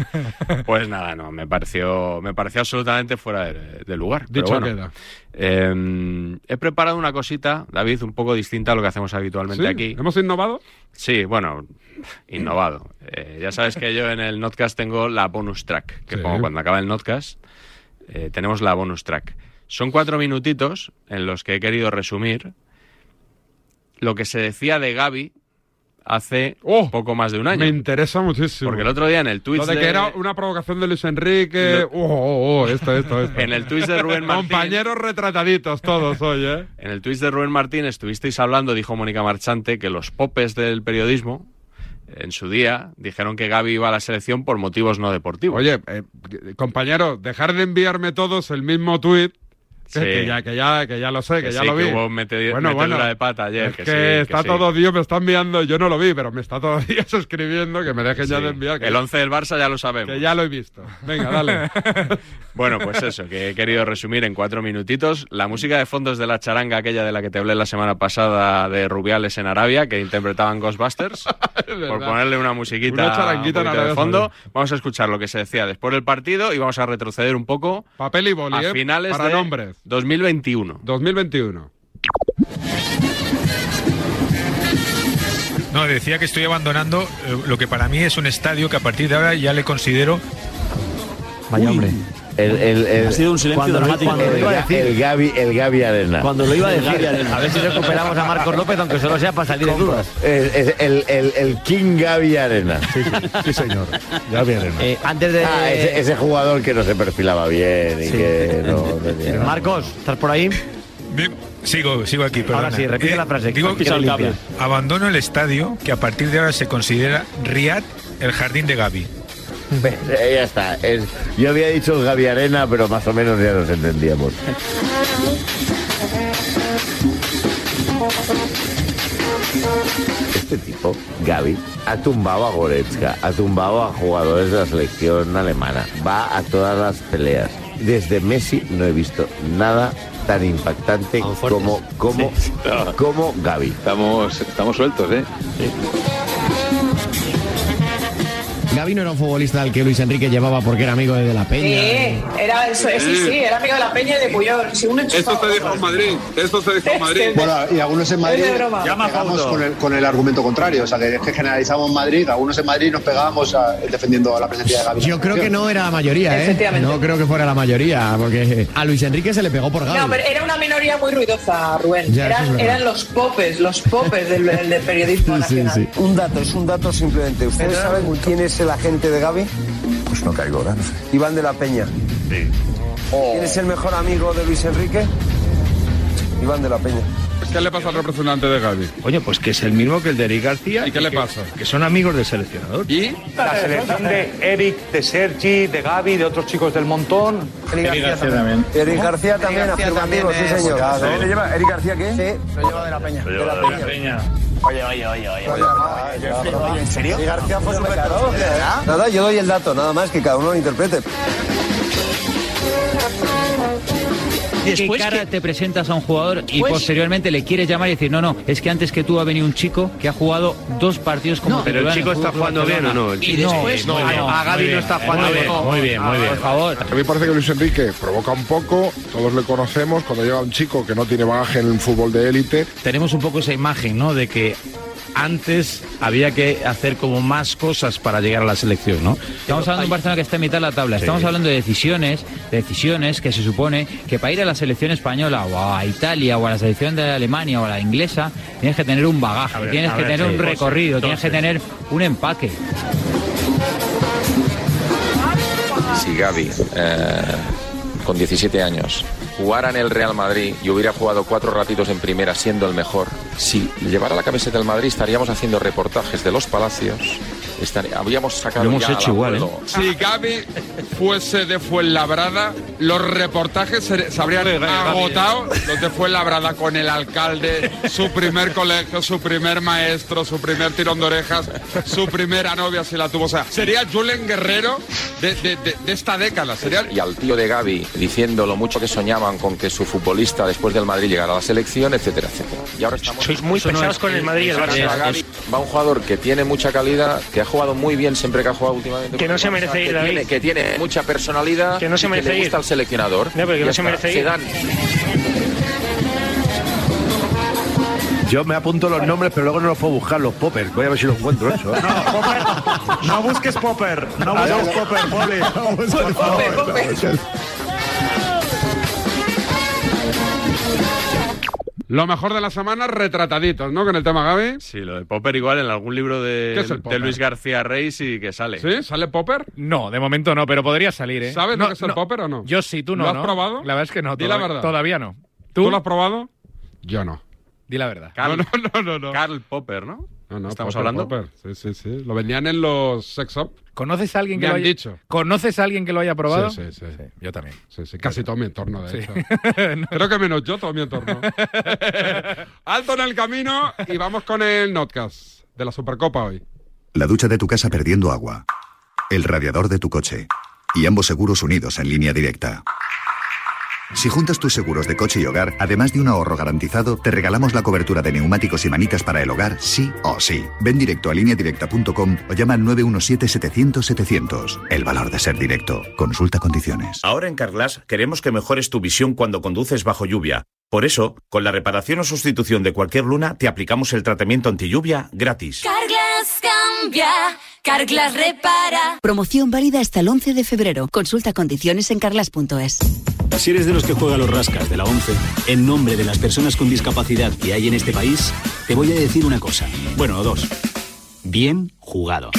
Pues nada, no, me pareció, me pareció absolutamente fuera de, de lugar. Pero
Dicho
bueno,
queda.
eh, he preparado una cosita, David, un poco distinta a lo que hacemos habitualmente
Sí,
aquí.
¿Hemos innovado?
Sí, bueno, innovado. Eh, ya sabes que yo en el Notcast tengo la bonus track, que
Sí.
pongo cuando acaba el Notcast. eh, tenemos la bonus track. Son cuatro minutitos en los que he querido resumir lo que se decía de Gaby hace
Oh,
poco más de un
Me
año.
interesa muchísimo.
Porque el otro día en el tweet
Lo de que era una provocación de Luis Enrique.
Lo-
Oh, oh, oh, esto, esto, esto.
en el tuit de Rubén Martín.
Compañeros retrataditos todos hoy, ¿eh?
En el tuit de Rubén Martín estuvisteis hablando, dijo Mónica Marchante, que los popes del periodismo en su día dijeron que Gaby iba a la selección por motivos no deportivos.
Oye, eh, compañeros, dejar de enviarme todos el mismo tuit. Que,
Sí.
que ya, que, ya, que ya lo sé, que,
Que
ya
sí,
lo
que
vi.
hubo mete- metedura de pata
Es
ayer, que
que,
sí, que
está
sí.
todo Dios, me está enviando, yo no lo vi, pero me está todo Dios escribiendo que me dejen ya
Sí.
de enviar. Que,
El 11 del Barça ya lo sabemos.
que ya lo he visto. Venga, dale.
Bueno, pues eso, que he querido resumir en cuatro minutitos. La música de fondos de la charanga, aquella de la que te hablé la semana pasada de Rubiales en Arabia, que interpretaban Ghostbusters, por ponerle una musiquita
Una charanguita
un
en
poquito de
Arabia
fondo.
Saudí.
Vamos a escuchar lo que se decía después del partido y vamos a retroceder un poco
Papel y boli,
a
¿eh?
finales
Para
de
nombres.
2021.
2021.
No, decía que estoy abandonando eh, lo que para mí es un estadio que a partir de ahora ya le considero
Vaya hombre. El, el, el-
Ha sido un silencio
cuando,
dramático.
Cuando lo iba a decir.
El Gaby, el Gaby Arena.
Cuando lo iba a decir. A ver si recuperamos a Marcos López, aunque solo sea para salir de dudas.
Es- Eh, es el, el- el King Gaby Arena.
Sí, señor. Ya vienen.
Eh, antes de.
Ah, ese, ese jugador que no se perfilaba bien y
Sí.
que no tenía-
Marcos, ¿estás por ahí?
Bien, Sigo, sigo aquí, perdona.
Ahora sí, repite
Eh,
la frase.
Digo,
que lo limpia.
abandono el estadio que a partir de ahora se considera Riad el jardín de Gaby.
Eh, ya está. Es- yo había dicho Gaby Arena, pero más o menos ya nos entendíamos. Este tipo, Gaby, ha tumbado a Goretzka, ha tumbado a jugadores de la selección alemana, va a todas las peleas. Desde Messi no he visto nada tan impactante
Aún fuertes.
como, como, como Gaby.
Estamos, estamos sueltos, ¿eh?
Gaby no era un futbolista al que Luis Enrique llevaba porque era amigo de, De La Peña.
era eso,
eso sí,
era amigo de la Peña y de Puyol. Si uno
Esto te dijo en Madrid. Esto te dijo en Madrid.
Bueno,
y algunos en
Madrid Es de broma.
pegamos con el, con el argumento contrario. O sea, que, generalizamos Madrid, algunos en Madrid nos pegábamos defendiendo la presencia de Gaby.
Yo creo que no era la mayoría, ¿eh?
Efectivamente.
No creo que fuera la mayoría, porque a Luis Enrique se le pegó por Gaby.
No, pero era una minoría muy ruidosa, Rubén.
Ya, eso es
eran,
verdad.
eran los popes, los
Pues
popes del, del periodismo
Sí, sí,
nacional.
sí.
Un dato, es un dato simplemente. ¿Ustedes saben quién es el agente de Gaby? Pues no Oh. caigo, ¿verdad? Iván de la Peña. Sí. ¿Quién es el mejor amigo de Luis Enrique? Iván de la Peña.
¿Qué le pasa al representante de Gaby?
Oye, pues que es el mismo que el de Eric García.
¿Y qué le pasa?
Que son amigos del seleccionador.
¿Y?
La
Eh,
selección de Eric, de Sergi, de Gaby, de otros chicos del montón.
Eric García también. Eric García también,
García
afirma
también
amigos, sí
es-
señor.
Cuidado.
¿También le lleva Eric García qué?
Sí, lo lleva De La Peña.
¿En serio? Eric García fue supertador. Nada, yo doy el dato, nada más que cada uno lo interprete.
Después
cara
te presentas a un jugador y
Pues-
posteriormente le quieres llamar y decir, no, no, es que antes que tú ha venido un chico que ha jugado dos partidos como
Pero el chico está jugando bien o no. El
Y
chico-
después
No,
a- a Gavi
muy bien,
no está jugando
Muy bien, Ah.
bien. Ah,
muy bien, muy bien.
Por favor.
A mí parece que Luis Enrique provoca un poco, todos le conocemos, cuando llega un chico que no tiene bagaje en el fútbol de élite,
tenemos un poco esa imagen, ¿no? De que antes había que hacer como más cosas para llegar a la selección, ¿no?
Estamos hablando de un Barcelona que está en mitad de la tabla. Estamos hablando de decisiones, de decisiones que se supone que para ir a la selección española o a Italia o a la selección de Alemania o a la inglesa, tienes que tener un bagaje, tienes que tener un recorrido, tienes que tener un empaque.
Si Gaby, eh, con 17 años, jugara en el Real Madrid y hubiera jugado cuatro ratitos en primera siendo el mejor, si llevara la camiseta del Madrid estaríamos haciendo reportajes de los palacios, estar- habíamos sacado
Lo hemos
ya
hecho
al
igual, ¿eh?
acuerdo.
Si Gaby fuese de Fuenlabrada, los reportajes se, se habrían agotado. Los de Fuenlabrada con el alcalde, su primer colegio, su primer maestro, su primer tirón de orejas, su primera novia si la tuvo. O sea, sería Julen Guerrero de, de- de- de esta década. Sería
Y al tío de Gaby diciendo lo mucho que soñaban con que su futbolista después del Madrid llegara a la selección, etcétera, etcétera. Y ahora estamos.
Sois muy Eso no pesados es- con el Madrid y el Barça.
A Gavi Va un jugador que tiene mucha calidad, que ha jugado muy bien siempre que ha jugado últimamente.
Que no
con el
se
Barça,
merece ir,
que
David.
tiene, que tiene mucha personalidad.
Que no se
y
merece
le gusta
ir.
al seleccionador.
No, pero que
Ya
no se
está.
merece ir.
Zidane,
Yo me apunto los nombres, pero luego no los puedo buscar, los poppers. Voy a ver si los encuentro. ¿eh? eso.
No busques Popper, no busques Popper, Poli. No busques Popper.
lo mejor de la semana, retrataditos, ¿no? Con el tema Gaby.
Sí, lo de Popper igual en algún libro
¿Qué es el
de, de
Popper?
Luis García Reis y que sale.
¿Sí? ¿Sale Popper?
No, de momento no, pero podría salir, ¿eh?
¿Sabes
no,
lo que es el
no.
Popper o no?
Yo sí, tú no.
¿Lo has
¿no?
probado?
La verdad es que no.
Di
toda-
la verdad.
Todavía no.
¿Tú? lo has probado? Yo no.
Di la verdad.
No, no, no, no, no.
Karl Popper, ¿no?
No, no,
¿Estamos
Popper,
hablando?
Popper. Sí, sí, sí. Lo vendían en los sex shop.
¿Conoces a alguien que
Me
lo
han
haya
dicho.
¿Conoces a alguien que lo haya probado?
Sí, sí, sí.
yo también.
Sí, sí, casi todo mi entorno, de
Sí.
hecho. Creo que menos yo, todo mi entorno. Alto en el camino y vamos con el notcast de la Supercopa hoy.
La ducha de tu casa perdiendo agua. El radiador de tu coche. Y ambos seguros unidos en línea directa. Si juntas tus seguros de coche y hogar, además de un ahorro garantizado, te regalamos la cobertura de neumáticos y manitas para el hogar, sí o sí. Ven directo a lineadirecta.com o llama al 917-700-700. El valor de ser directo. Consulta condiciones.
Ahora en Carglass queremos que mejores tu visión cuando conduces bajo lluvia. Por eso, con la reparación o sustitución de cualquier luna, te aplicamos el tratamiento antilluvia gratis.
Carglas cambia, Carglas repara.
Promoción válida hasta el 11 de febrero. Consulta condiciones en carlas.es.
Si eres de los que juega a los rascas de la 11, en nombre de las personas con discapacidad que hay en este país, te voy a decir una cosa. Bueno, dos. Bien jugado.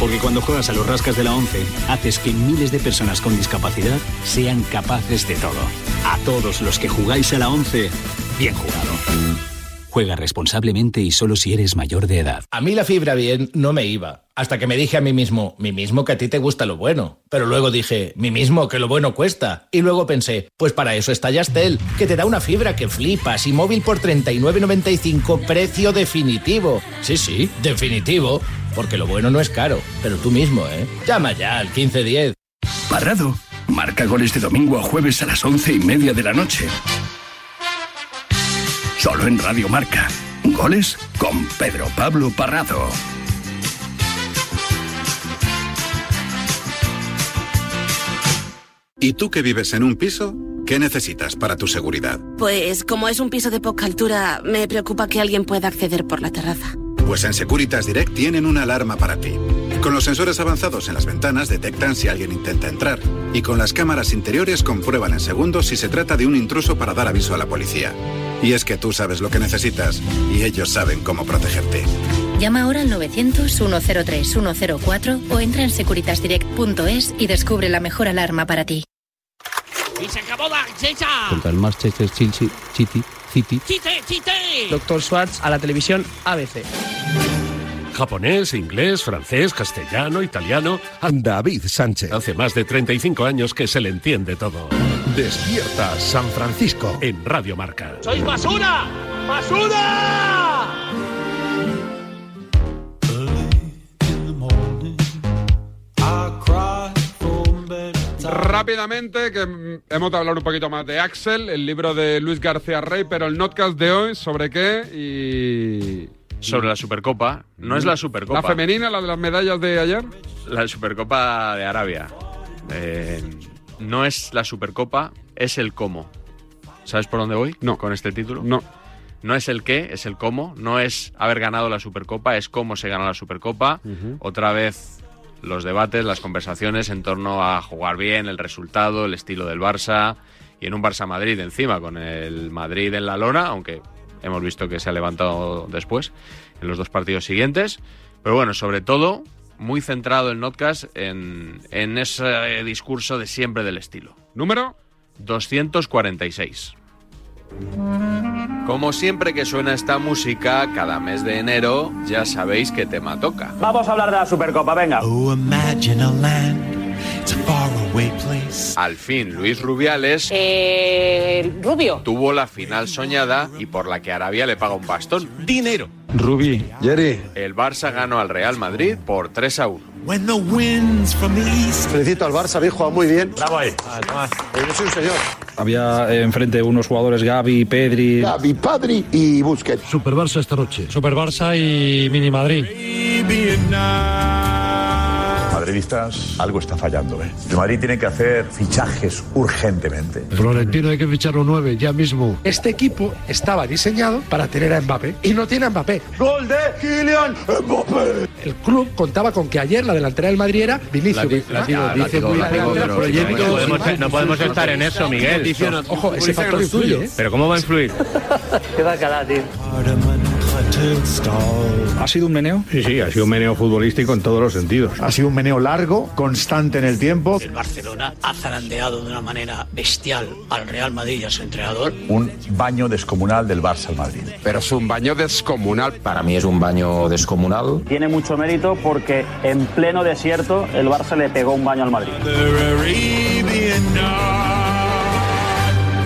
Porque cuando juegas a los rascas de la 11, haces que miles de personas con discapacidad sean capaces de todo. A todos los que jugáis a la 11, bien jugado. Juega responsablemente y solo si eres mayor de edad.
A mí la fibra bien no me iba, hasta que me dije a mí mismo, mí mismo que a ti te gusta lo bueno. Pero luego dije, mí mismo que lo bueno cuesta. Y luego pensé, pues para eso está Yastel, que te da una fibra que flipas y móvil por 39.95 precio definitivo. Sí, sí, definitivo, porque lo bueno no es caro, pero tú mismo, ¿eh? Llama ya al 1510.
Parrado marca goles de domingo a jueves a las once y media de la noche. Solo en Radio Marca. Goles con Pedro Pablo Parrado.
¿Y tú que vives en un piso? ¿Qué necesitas para tu seguridad?
Pues como es un piso de poca altura, me preocupa que alguien pueda acceder por la terraza.
Pues en Securitas Direct tienen una alarma para ti. Con los sensores avanzados en las ventanas detectan si alguien intenta entrar y con las cámaras interiores comprueban en segundos si se trata de un intruso para dar aviso a la policía. Y es que tú sabes lo que necesitas y ellos saben cómo protegerte.
Llama ahora al 900-103-104 o entra en securitasdirect.es y descubre la mejor alarma para ti.
¡Y se acabó la chicha!
contra el Manchester City, City, City.
¡Chite, chite!
Doctor Schwartz a la televisión ABC.
Japonés, inglés, francés, castellano, italiano. David Sánchez. Hace más de 35 años que se le entiende todo. Despierta San Francisco en Radio Marca.
¡Sois basura! ¡Basura!
Rápidamente, que mm, hemos de hablar un poquito más de Axel, el libro de Luis García Rey, pero el notcast de hoy, ¿sobre qué? Y...
Sobre la Supercopa. No es la Supercopa.
¿La femenina, la de las medallas de ayer?
La Supercopa de Arabia. Eh, no es la Supercopa, es el cómo. ¿Sabes por dónde voy? No. ¿Con este título?
No.
No es el qué, es el cómo. No es haber ganado la Supercopa, es cómo se ganó la Supercopa. Otra vez los debates, las conversaciones en torno a jugar bien, el resultado, el estilo del Barça. Y en un Barça-Madrid encima, con el Madrid en la lona, aunque hemos visto que se ha levantado después en los dos partidos siguientes. Pero bueno, sobre todo, muy centrado el Notcast en, en ese discurso de siempre del estilo.
¿Número?
246. Como siempre que suena esta música, cada mes de enero ya sabéis qué tema toca.
Vamos a hablar de la Supercopa, venga.
Al fin, Luis Rubiales
Rubio.
tuvo la final soñada y por la que Arabia le paga un bastón. Dinero.
Rubí, Jerry.
El Barça ganó al Real Madrid por 3 a 1.
Felicito al Barça, habéis jugado muy bien.
Bravo ahí.
soy un señor.
Había eh, enfrente unos jugadores Gaby, Pedri.
Gaby, Padri y Busquets.
Super Barça esta noche.
Super Barça y Mini Madrid.
Madridistas, algo está fallando. ¿eh? El Madrid tiene que hacer fichajes urgentemente.
Florentino hay que fichar un 9 ya mismo.
Este equipo estaba diseñado para tener a Mbappé y no tiene a Mbappé.
¡Gol de Kylian Mbappé!
El club contaba con que ayer la delantera del Madrid era Vinicius. Benzema. Ah, la delantera proyecto-
No podemos- no podemos estar en eso, Miguel.
Ojo, ese factor influye. ¿eh?
Pero ¿cómo va a influir?
Qué bacalá, tío.
¿Ha sido un meneo?
Sí, sí, ha sido un meneo futbolístico en todos los sentidos. Ha sido un meneo largo, constante en el tiempo.
El Barcelona ha zarandeado de una manera bestial al Real Madrid y a su entrenador.
Un baño descomunal del Barça al Madrid. Pero es un baño descomunal. Para mí es un baño descomunal.
Tiene mucho mérito porque en pleno desierto el Barça le pegó un baño al Madrid.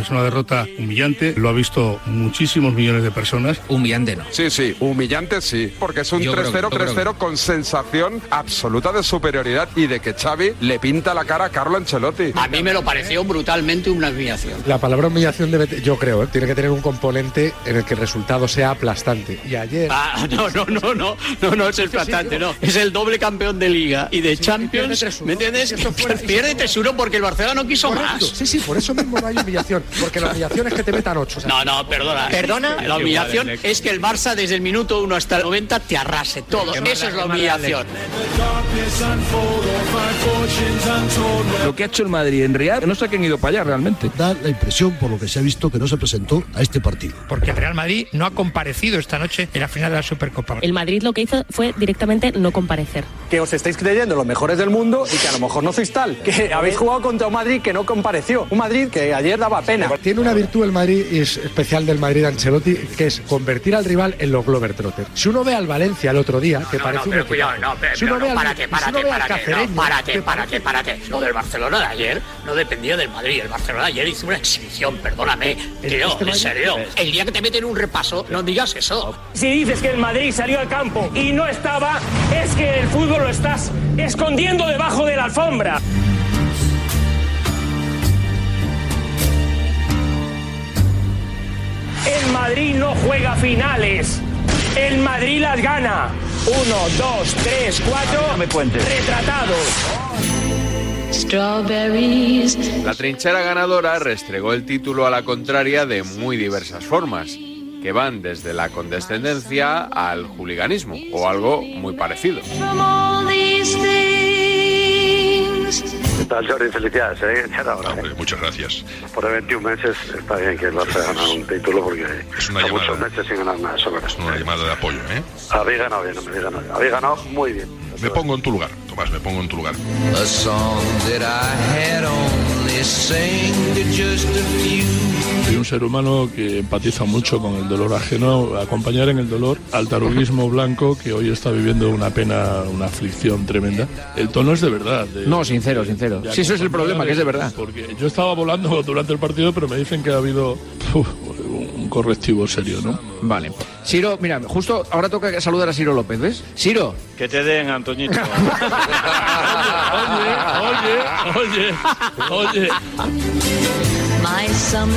Es una derrota humillante, lo ha visto muchísimos millones de personas. Humillante no.
Sí, sí, humillante sí, porque es un
Yo creo que-
3-0,
yo creo que-
3-0 con sensación absoluta de superioridad y de que Xavi le pinta la cara a Carlo Ancelotti.
A mí me lo pareció brutalmente una humillación.
La palabra humillación debe, te- yo creo, ¿eh? tiene que tener un componente en el que el resultado sea aplastante. Y ayer.
Ah, no, no, no, no, no, no, eso es bastante, no. Es el doble campeón de Liga y de Champions, ¿me entiendes? Pierde tesoro porque el Barcelona no quiso
Correcto.
más.
Sí, sí, por eso mismo no hay humillación. Porque la humillación es que te metan ocho. o sea,
No, no, perdona.
¿Perdona?
La humillación es que el Barça desde el minuto 1 hasta el 90 te arrase todo.
Qué
Eso
mala-
es la
qué mala
humillación.
Lo que ha hecho el Madrid en Real, no sé quién ha ido para allá realmente. Da la impresión, por lo que se ha visto, que no se presentó a este partido. Porque el Real Madrid no ha comparecido esta noche en la final de la Supercopa.
El Madrid lo que hizo fue directamente no comparecer.
Que os estáis creyendo los mejores del mundo y que a lo mejor no sois tal. Que habéis jugado contra un Madrid que no compareció. Un Madrid que ayer daba pena.
Tiene una virtud el Madrid y es especial del Madrid de Ancelotti, que es convertir al rival en los Globetrotter. Si uno ve al Valencia el otro día, que
No,
parece un
pero
equipo-
cuidado, no, pero,
Si uno
pero
ve
no,
al-
párate,
si uno
párate,
ve al
párate,
Cacereño-
no, párate, párate, párate. Lo del Barcelona de ayer no dependía del Madrid. El Barcelona de ayer hizo una exhibición, perdóname, tío,
este
en
Madrid-
serio.
Pues-
El día que te meten un repaso, no digas eso.
Si dices que el Madrid salió al campo y no estaba, es que el fútbol lo estás escondiendo debajo de la alfombra. El Madrid no juega finales. El Madrid las gana. Uno, dos, tres, cuatro. Retratados.
Strawberries.
La trinchera ganadora restregó el título a la contraria de muy diversas formas, que van desde la condescendencia al juliganismo, o algo muy parecido.
From all these things. ¿Qué tal, Jordi? Felicidades, ¿eh? Ya era hora.
Pues Muchas gracias.
Por 21 meses está bien que el Barça ganado un título porque
Es una
a
llamada.
muchos meses sin ganar nada. Eso es
Una llamada de apoyo, ¿eh?
Habéis ganado bien, habéis ganado bien. Habéis ganado muy bien.
Me pongo en tu lugar, Tomás, me pongo en tu lugar.
Soy un ser humano que empatiza mucho con el dolor ajeno, acompañar en el dolor al taruguismo blanco que hoy está viviendo una pena, una aflicción tremenda. El tono es de verdad. de-
No, sincero, sincero.
de
Si eso es el
acompañar
problema, que es de verdad.
Porque yo estaba volando durante el partido, pero me dicen que ha habido uf, un correctivo serio, ¿no?
Vale. Siro, mira, justo ahora toca saludar a Siro López, ¿ves? Siro.
Que te den, Antoñito.
Oye, oye, oye.
My summer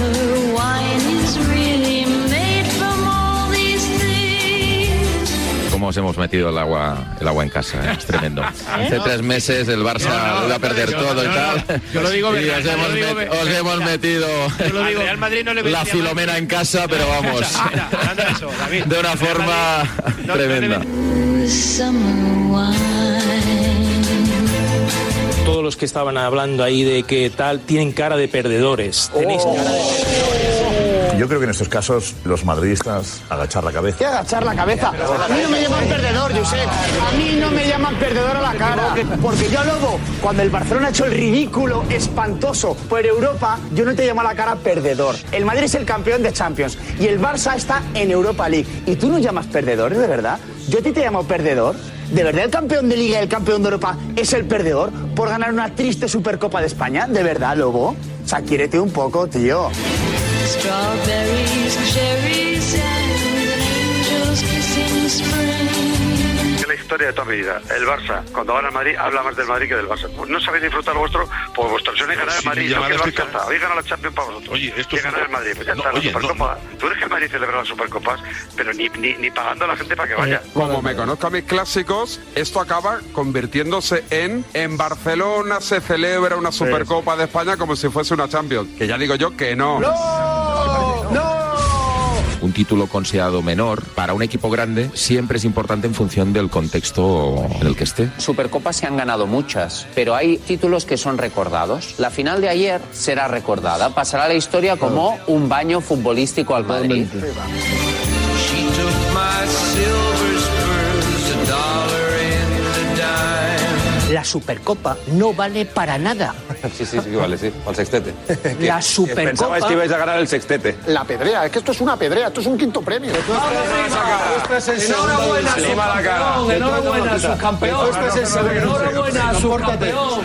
wine is really made from all these things.
¿Cómo os hemos metido el agua, el agua en casa? eh? Es tremendo. Hace tres meses el Barça lo iba a perder todo y tal.
yo lo digo
Y
verdad,
os
yo
hemos,
lo digo
met-
ver-
os hemos metido
Al Real Madrid no le
la
vendría mal.
filomena en casa, pero vamos, de una forma tremenda.
The summer wine.
Todos los que
Oh.
estaban hablando ahí de que tal tienen cara de perdedores. Tenéis cara de perdedores.
yo creo que en estos casos los madridistas agachar la cabeza.
que agachar la cabeza. A mí no me llaman perdedor, Josep. A mí no me llaman perdedor a la cara. Porque yo, Lobo, cuando el Barcelona ha hecho el ridículo espantoso por Europa, yo no te llamo a la cara perdedor. El Madrid es el campeón de Champions y el Barça está en Europa League. Y tú no llamas perdedor, de verdad. Yo a ti te llamo perdedor. ¿De verdad el campeón de Liga y el campeón de Europa es el perdedor por ganar una triste Supercopa de España? ¿De verdad, Lobo? O sea, quiérete un poco, tío.
Es la historia de toda mi vida. El Barça, cuando gana el Madrid, habla más del Madrid que del Barça. Pues no sabéis disfrutar lo vuestro, pues vuestra opción es ganar el
Sí,
Madrid.
ya
no que el
me
Barça
explica.
está. Habéis ganado la Champions para vosotros. Oye, esto es ganar el Madrid. Pues ya
No,
está,
oye,
la Supercopa. Tú eres que el Madrid celebra las Supercopas, pero ni, ni, ni pagando a la gente para que vaya.
Eh,
Eh,
Como me conozco a mis clásicos, esto acaba convirtiéndose en en Barcelona se celebra una Supercopa de España como si fuese una Champions. Que ya digo yo que no.
Un título considerado menor para un equipo grande siempre es importante en función del contexto en el que esté.
Supercopas se han ganado muchas, pero hay títulos que son recordados. La final de ayer será recordada, pasará a la historia como un baño futbolístico al Madrid.
La Supercopa no vale para nada.
Sí, sí, sí, vale, sí. Al sextete.
La Supercopa-
Pensabais que ibais a ganar el sextete.
La pedrea, es que esto es una pedrea, esto es un quinto premio.
Enhorabuena, subcampeón. Enhorabuena, subcampeón.
Enhorabuena, subcampeón.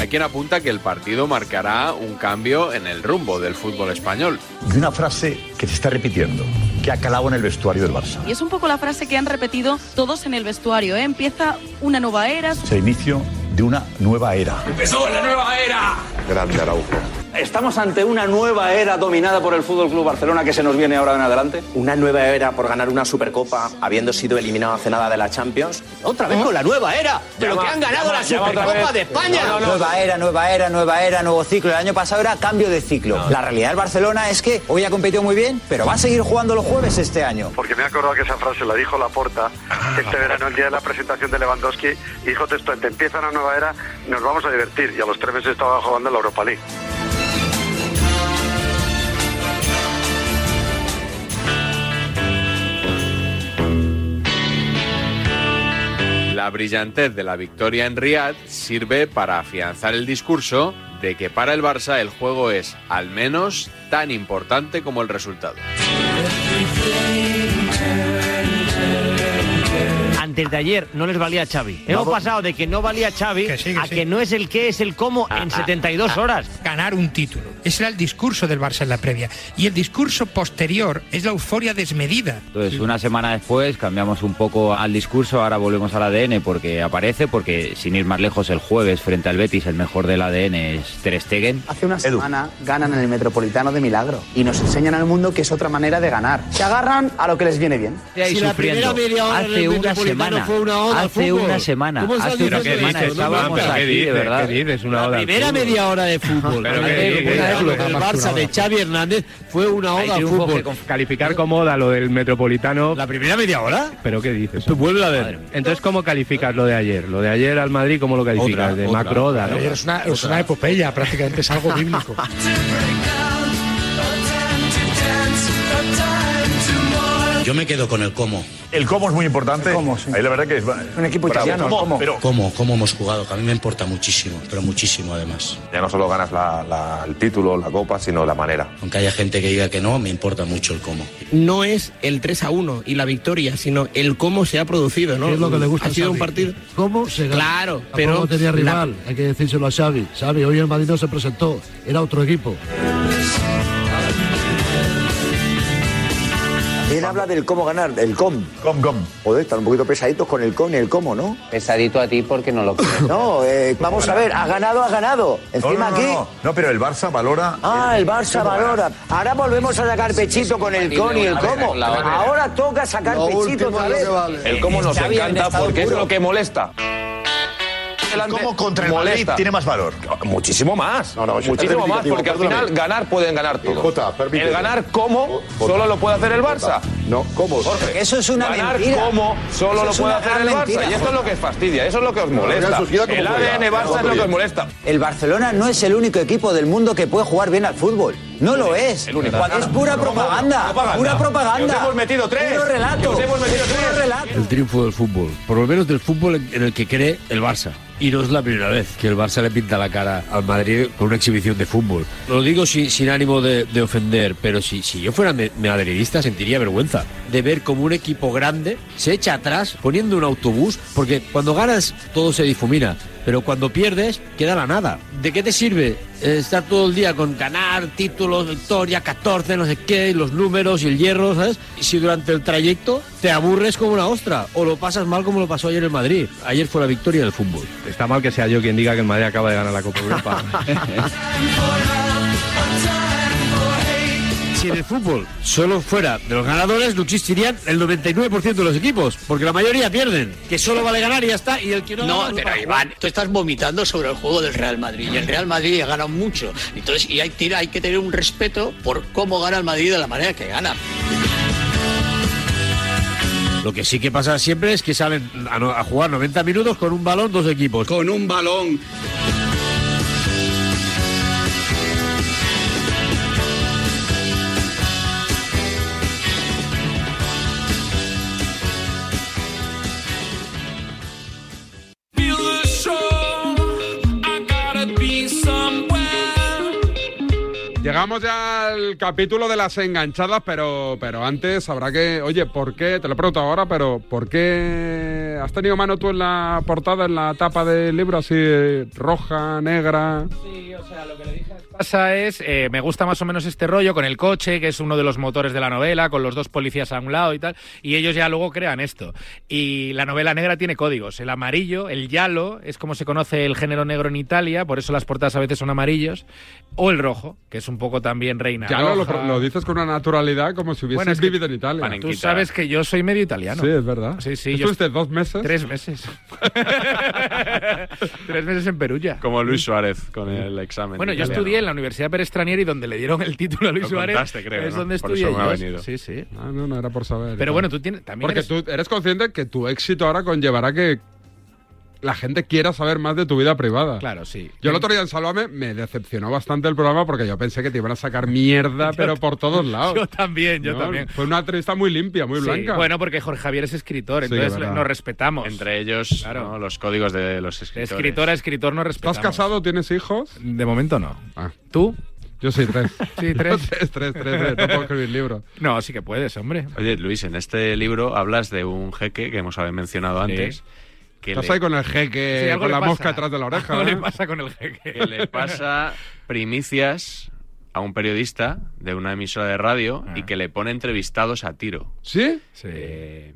Hay quien apunta que el partido marcará un cambio en el rumbo del fútbol español.
Y una frase que se está repitiendo, que ha calado en el vestuario del Barça.
Y es un poco la frase que han repetido todos en el vestuario, ¿eh? Empieza una nueva era.
Es el inicio de una nueva era.
Empezó la nueva era.
Grande Araujo.
Estamos ante una nueva era dominada por el Fútbol Club Barcelona que se nos viene ahora en adelante. Una nueva era por ganar una Supercopa, habiendo sido eliminado hace nada de la Champions.
Otra vez con la nueva era. Pero
Llama,
que han ganado
llama,
la
llama otra vez.
Supercopa de España.
No, no, no.
Nueva era, nueva era, nueva era, nuevo ciclo. El año pasado era cambio de ciclo. La realidad del Barcelona es que hoy ha competido muy bien, pero va a seguir jugando los jueves este año.
Porque me he acordado que esa frase la dijo Laporta este verano, el día de la presentación de Lewandowski, y dijo textualmente, empieza una nueva era, nos vamos a divertir. Y a los tres meses estaba jugando en la Europa League.
La brillantez de la victoria en Riyadh sirve para afianzar el discurso de que para el Barça el juego es al menos tan importante como el resultado.
Antes de ayer no les valía Xavi. Hemos pasado de que no valía Xavi a que no es el qué, es el cómo en 72 horas. Ganar un título. Ese era el discurso del Barça en la previa. Y el discurso posterior es la euforia desmedida.
Entonces, una semana después cambiamos un poco al discurso, ahora volvemos al ADN porque aparece, porque sin ir más lejos, el jueves frente al Betis, el mejor del ADN es Ter Stegen.
Hace una semana ganan en el Metropolitano de Milagro y nos enseñan al mundo que es otra manera de ganar. Se agarran a lo que les viene bien.
Si la primera media hora en el Metropolitano fue una oda al fútbol, ¿cómo estás
Ah,
diciendo
¿Pero qué
esto?
dices,
No, pero ¿qué dices? ¿Qué
dices? Una oda
La
al
primera
fútbol.
media hora de fútbol
Pero qué
del
dices,
el
hombre.
Barça de Xavi Hernández fue una
Hay
oda al
triunfos
fútbol.
que con- calificar como oda lo del Metropolitano. ¿La
primera media hora?
¿Pero qué dices? Vuelve a ver. Entonces, ¿cómo calificas lo de ayer? Lo de ayer al Madrid, ¿cómo lo calificas? de macro oda, ¿no?
Es una, es una epopeya, prácticamente es algo bíblico.
Yo me quedo con el cómo. El cómo es muy importante. Ahí la verdad que es un equipo
italiano, ¿cómo?
Pero
¿Cómo, ¿Cómo hemos jugado? Que a mí me importa muchísimo, pero muchísimo además.
Ya no solo ganas la- la- el título, la copa, sino la manera.
Aunque haya gente que diga que no, me importa mucho el cómo.
No es el 3 a 1 y la victoria, sino el cómo se ha producido, ¿no?
Es lo que le gusta
Ha
a
sido un
Xavi.
partido.
¿Cómo se gana?
Claro,
Tampoco
pero
tenía
la-
rival, hay que decírselo a Xavi. Xavi, hoy el Madrid no se presentó, era otro equipo.
Él habla del cómo ganar, el com. Com, com. Joder, están un poquito pesaditos con el com y el cómo, ¿no?
Pesadito a ti porque no lo crees.
No, eh, vamos a ver, ha ganado, ha ganado. Encima
no, no,
aquí.
no, no, pero el Barça valora.
Ah, el Barça
cómo
valora. Ahora volvemos a sacar pechito con el con y el cómo. Ahora toca sacar
Lo
pechito
último
otra
es lo
vez.
que vale. El cómo nos
Xavi en
encanta
estado
porque es
puro.
lo que molesta.
delante
¿Cómo contra el Madrid
molesta.
tiene más valor?
Muchísimo más. muchísimo más, porque al final ganar pueden ganar todos. el ganar como solo lo puede hacer el Barça.
No, ¿cómo?
Jorge, ganar como solo lo puede hacer el Barça. y esto es lo que fastidia, eso es lo que os molesta. El ADN Barça es lo que os molesta.
El Barcelona no es el único equipo del mundo que puede jugar bien al fútbol. No lo es.
El único.
Cuando es pura
Pero ¿cómo?
propaganda.
Propaganda.
Pura propaganda.
Que os hemos metido tres.
Puro relato.
Que os hemos metido
Puro
tres.
relato.
El triunfo del fútbol, por lo menos del fútbol en- en el que cree el Barça. Y no es la primera vez que el Barça le pinta la cara al Madrid con una exhibición de fútbol. Lo digo sin, sin ánimo de, de ofender, pero si, si yo fuera me- madridista sentiría vergüenza de ver como un equipo grande se echa atrás poniendo un autobús, porque cuando ganas todo se difumina, pero cuando pierdes queda la nada. ¿De qué te sirve eh, estar todo el día con ganar, títulos, victoria, 14, no sé qué, y los números y el hierro, ¿sabes? Y si durante el trayecto te aburres como una ostra o lo pasas mal como lo pasó ayer en Madrid. Ayer fue la victoria del fútbol.
Está mal que sea yo quien diga que el Madrid acaba de ganar la Copa Europa.
Si en el fútbol solo fuera de los ganadores, no existirían el 99% de los equipos, porque la mayoría pierden, que solo vale ganar y ya está, y el que no...
No,
gana,
pero Iván, tú estás vomitando sobre el juego del Real Madrid. Y el Real Madrid ha ganado mucho. Entonces, y hay, tira- hay que tener un respeto por cómo gana el Madrid de la manera que gana.
Lo que sí que pasa siempre es que salen a, no- a jugar 90 minutos con un balón dos equipos. Con un balón.
Feel the show. I gotta be somewhere.
Llegamos ya al capítulo de las enganchadas, pero, pero antes habrá que. Oye, ¿por qué? Te lo pregunto ahora, pero ¿por qué has tenido mano tú en la portada, en la tapa del libro, así eh, roja, negra?
pasa es, eh, me gusta más o menos este rollo con el coche, que es uno de los motores de la novela, con los dos policías a un lado y tal, y ellos ya luego crean esto. Y la novela negra tiene códigos, el amarillo, el yalo, es como se conoce el género negro en Italia, por eso las portadas a veces son amarillos, o el rojo, que es un poco también reina.
Ya lo,
roja.
lo, lo dices con una naturalidad como si hubieses
Bueno, es que
vivido en Italia.
Tú sabes que yo soy medio italiano.
Sí, es verdad.
Sí, sí. yo-
¿Estuviste dos meses?
Tres meses. Tres meses en Perugia.
Como Luis Suárez con el examen.
Bueno, yo estudié en la Universidad Perestranieri, donde le dieron el título a Luis
Lo
Suárez.
contaste, creo,
es
¿no?
donde
Por
estudié.
eso me ha
yo.
venido.
Sí, sí.
Ah, no, no era por saber.
Pero bueno, tú tienes, también
Porque
eres-
tú eres consciente que tu éxito ahora conllevará que la gente quiera saber más de tu vida privada.
Claro, sí.
Yo el otro día en Salvame me decepcionó bastante el programa porque yo pensé que te iban a sacar mierda, pero por todos lados.
Yo también, yo
No,
también.
Fue una entrevista muy limpia, muy
Sí,
blanca.
Bueno, porque Jorge Javier es escritor,
Sí,
entonces
verdad.
nos respetamos.
Entre ellos, ¿no? los códigos de los
De
escritores.
escritor a escritor nos respetamos.
¿Estás casado? ¿Tienes hijos?
De momento no.
¿Tú? Yo soy tres.
Sí, tres.
tres, tres, tres. No puedo escribir libros.
No, sí que puedes, hombre.
Oye, Luis, en este libro hablas de un jeque que hemos mencionado
Sí.
antes. Que
Estás
le-
ahí con el jeque,
Sí, algo
Eh, con
le
la
pasa.
mosca atrás de la oreja.
Algo le
¿eh?
pasa con el jeque?
que le pasa primicias a un periodista de una emisora de radio y que le pone entrevistados a tiro. Eh,
¿Sí?
Sí.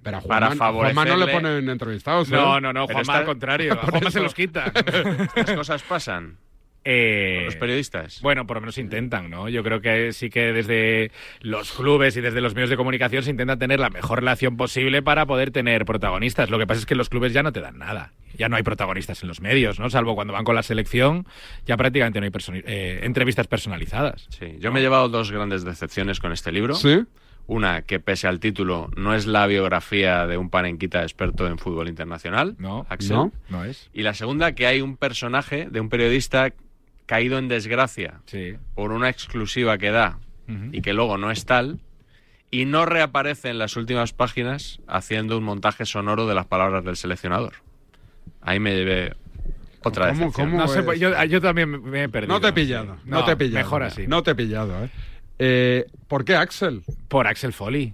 Pero a Juanma-
para
a Juanma no le
favorecerle-
ponen entrevistados. ¿eh?
No, no, no,
Pero
Juanma
está-
al contrario. A
Por
Juanma se
eso.
los quita.
Estas cosas pasan.
Eh,
los periodistas.
Bueno, por lo menos intentan, ¿no? Yo creo que sí que desde los clubes y desde los medios de comunicación se intenta tener la mejor relación posible para poder tener protagonistas. Lo que pasa es que los clubes ya no te dan nada. Ya no hay protagonistas en los medios, ¿no? Salvo cuando van con la selección, ya prácticamente no hay personi- eh, entrevistas personalizadas.
Sí, yo me he llevado dos grandes decepciones con este libro.
Sí.
Una que, pese al título, no es la biografía de un panenquita experto en fútbol internacional,
No,
Axel.
no, no es.
Y la segunda, que hay un personaje de un periodista caído en desgracia
Sí.
por una exclusiva que da y que luego no es tal, y no reaparece en las últimas páginas haciendo un montaje sonoro de las palabras del seleccionador. Ahí me llevé otra vez.
no sé, pues yo, yo también me- me he perdido.
No te he pillado,
Sí.
no, te he pillado.
Mejor así.
No te he pillado, ¿eh? Eh, ¿Por qué Axel? Ah.
Por Axel Foley.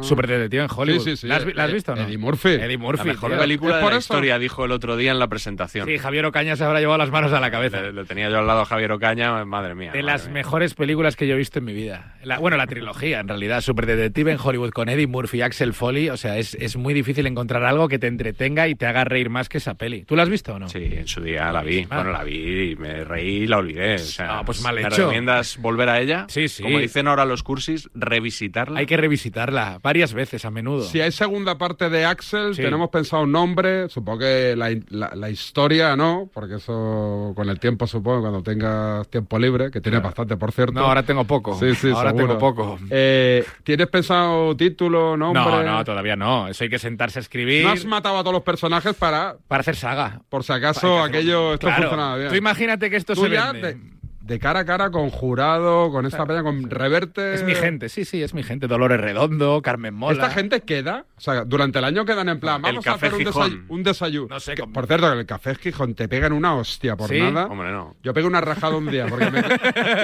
Superdetective en Hollywood.
Sí, sí, sí.
¿La has, vi- la has
Eh,
visto o no?
Eddie Murphy.
Eddie Murphy.
La mejor
tío.
película de la
eso?
historia, dijo el otro día en la presentación.
Sí, Javier Ocaña se habrá llevado las manos a la cabeza.
Lo tenía yo al lado a Javier Ocaña, madre mía.
De las mejores películas que yo he visto en mi vida. La- bueno, la trilogía, en realidad. Super Detective en Hollywood con Eddie Murphy y Axel Foley. O sea, es, es muy difícil encontrar algo que te entretenga y te haga reír más que esa peli. ¿Tú la has visto o no?
Sí, en su día la vi.
Ah.
Bueno, la vi y me reí y la olvidé. O sea,
Ah, pues mal
¿Me
hecho.
recomiendas volver a ella?
Sí, sí.
Como dicen ahora los cursis, revisitarla.
Hay que revisitarla. Varela, varias veces a menudo.
Si hay segunda parte de Axel,
Sí.
tenemos pensado un nombre, supongo que la, la- la historia no, porque eso con el tiempo supongo, cuando tengas tiempo libre, que tienes bastante por cierto.
No, ahora tengo poco.
Sí, sí,
ahora
seguro.
tengo poco.
Eh, ¿Tienes pensado título, nombre?
No, no, todavía no. Eso hay que sentarse a escribir.
No has matado a todos los personajes para...
Para hacer saga.
Por si acaso aquello... Esto
Claro.
funcionaba bien.
Tú imagínate que esto
Tú
se
ya
vende.
de, de cara a cara con Jurado, con esta peña, con Reverte...
Es mi gente, sí, sí, es mi gente. Dolores Redondo, Carmen Mola.
¿Esta gente queda? O sea, durante el año quedan en plan, vamos a
café
hacer un,
Gijón.
desay- un desayuno. Que, por cierto, que en el café Gijón te pegan una hostia por
¿Sí?
nada.
Hombre, no.
Yo pegué una rajada un día porque me...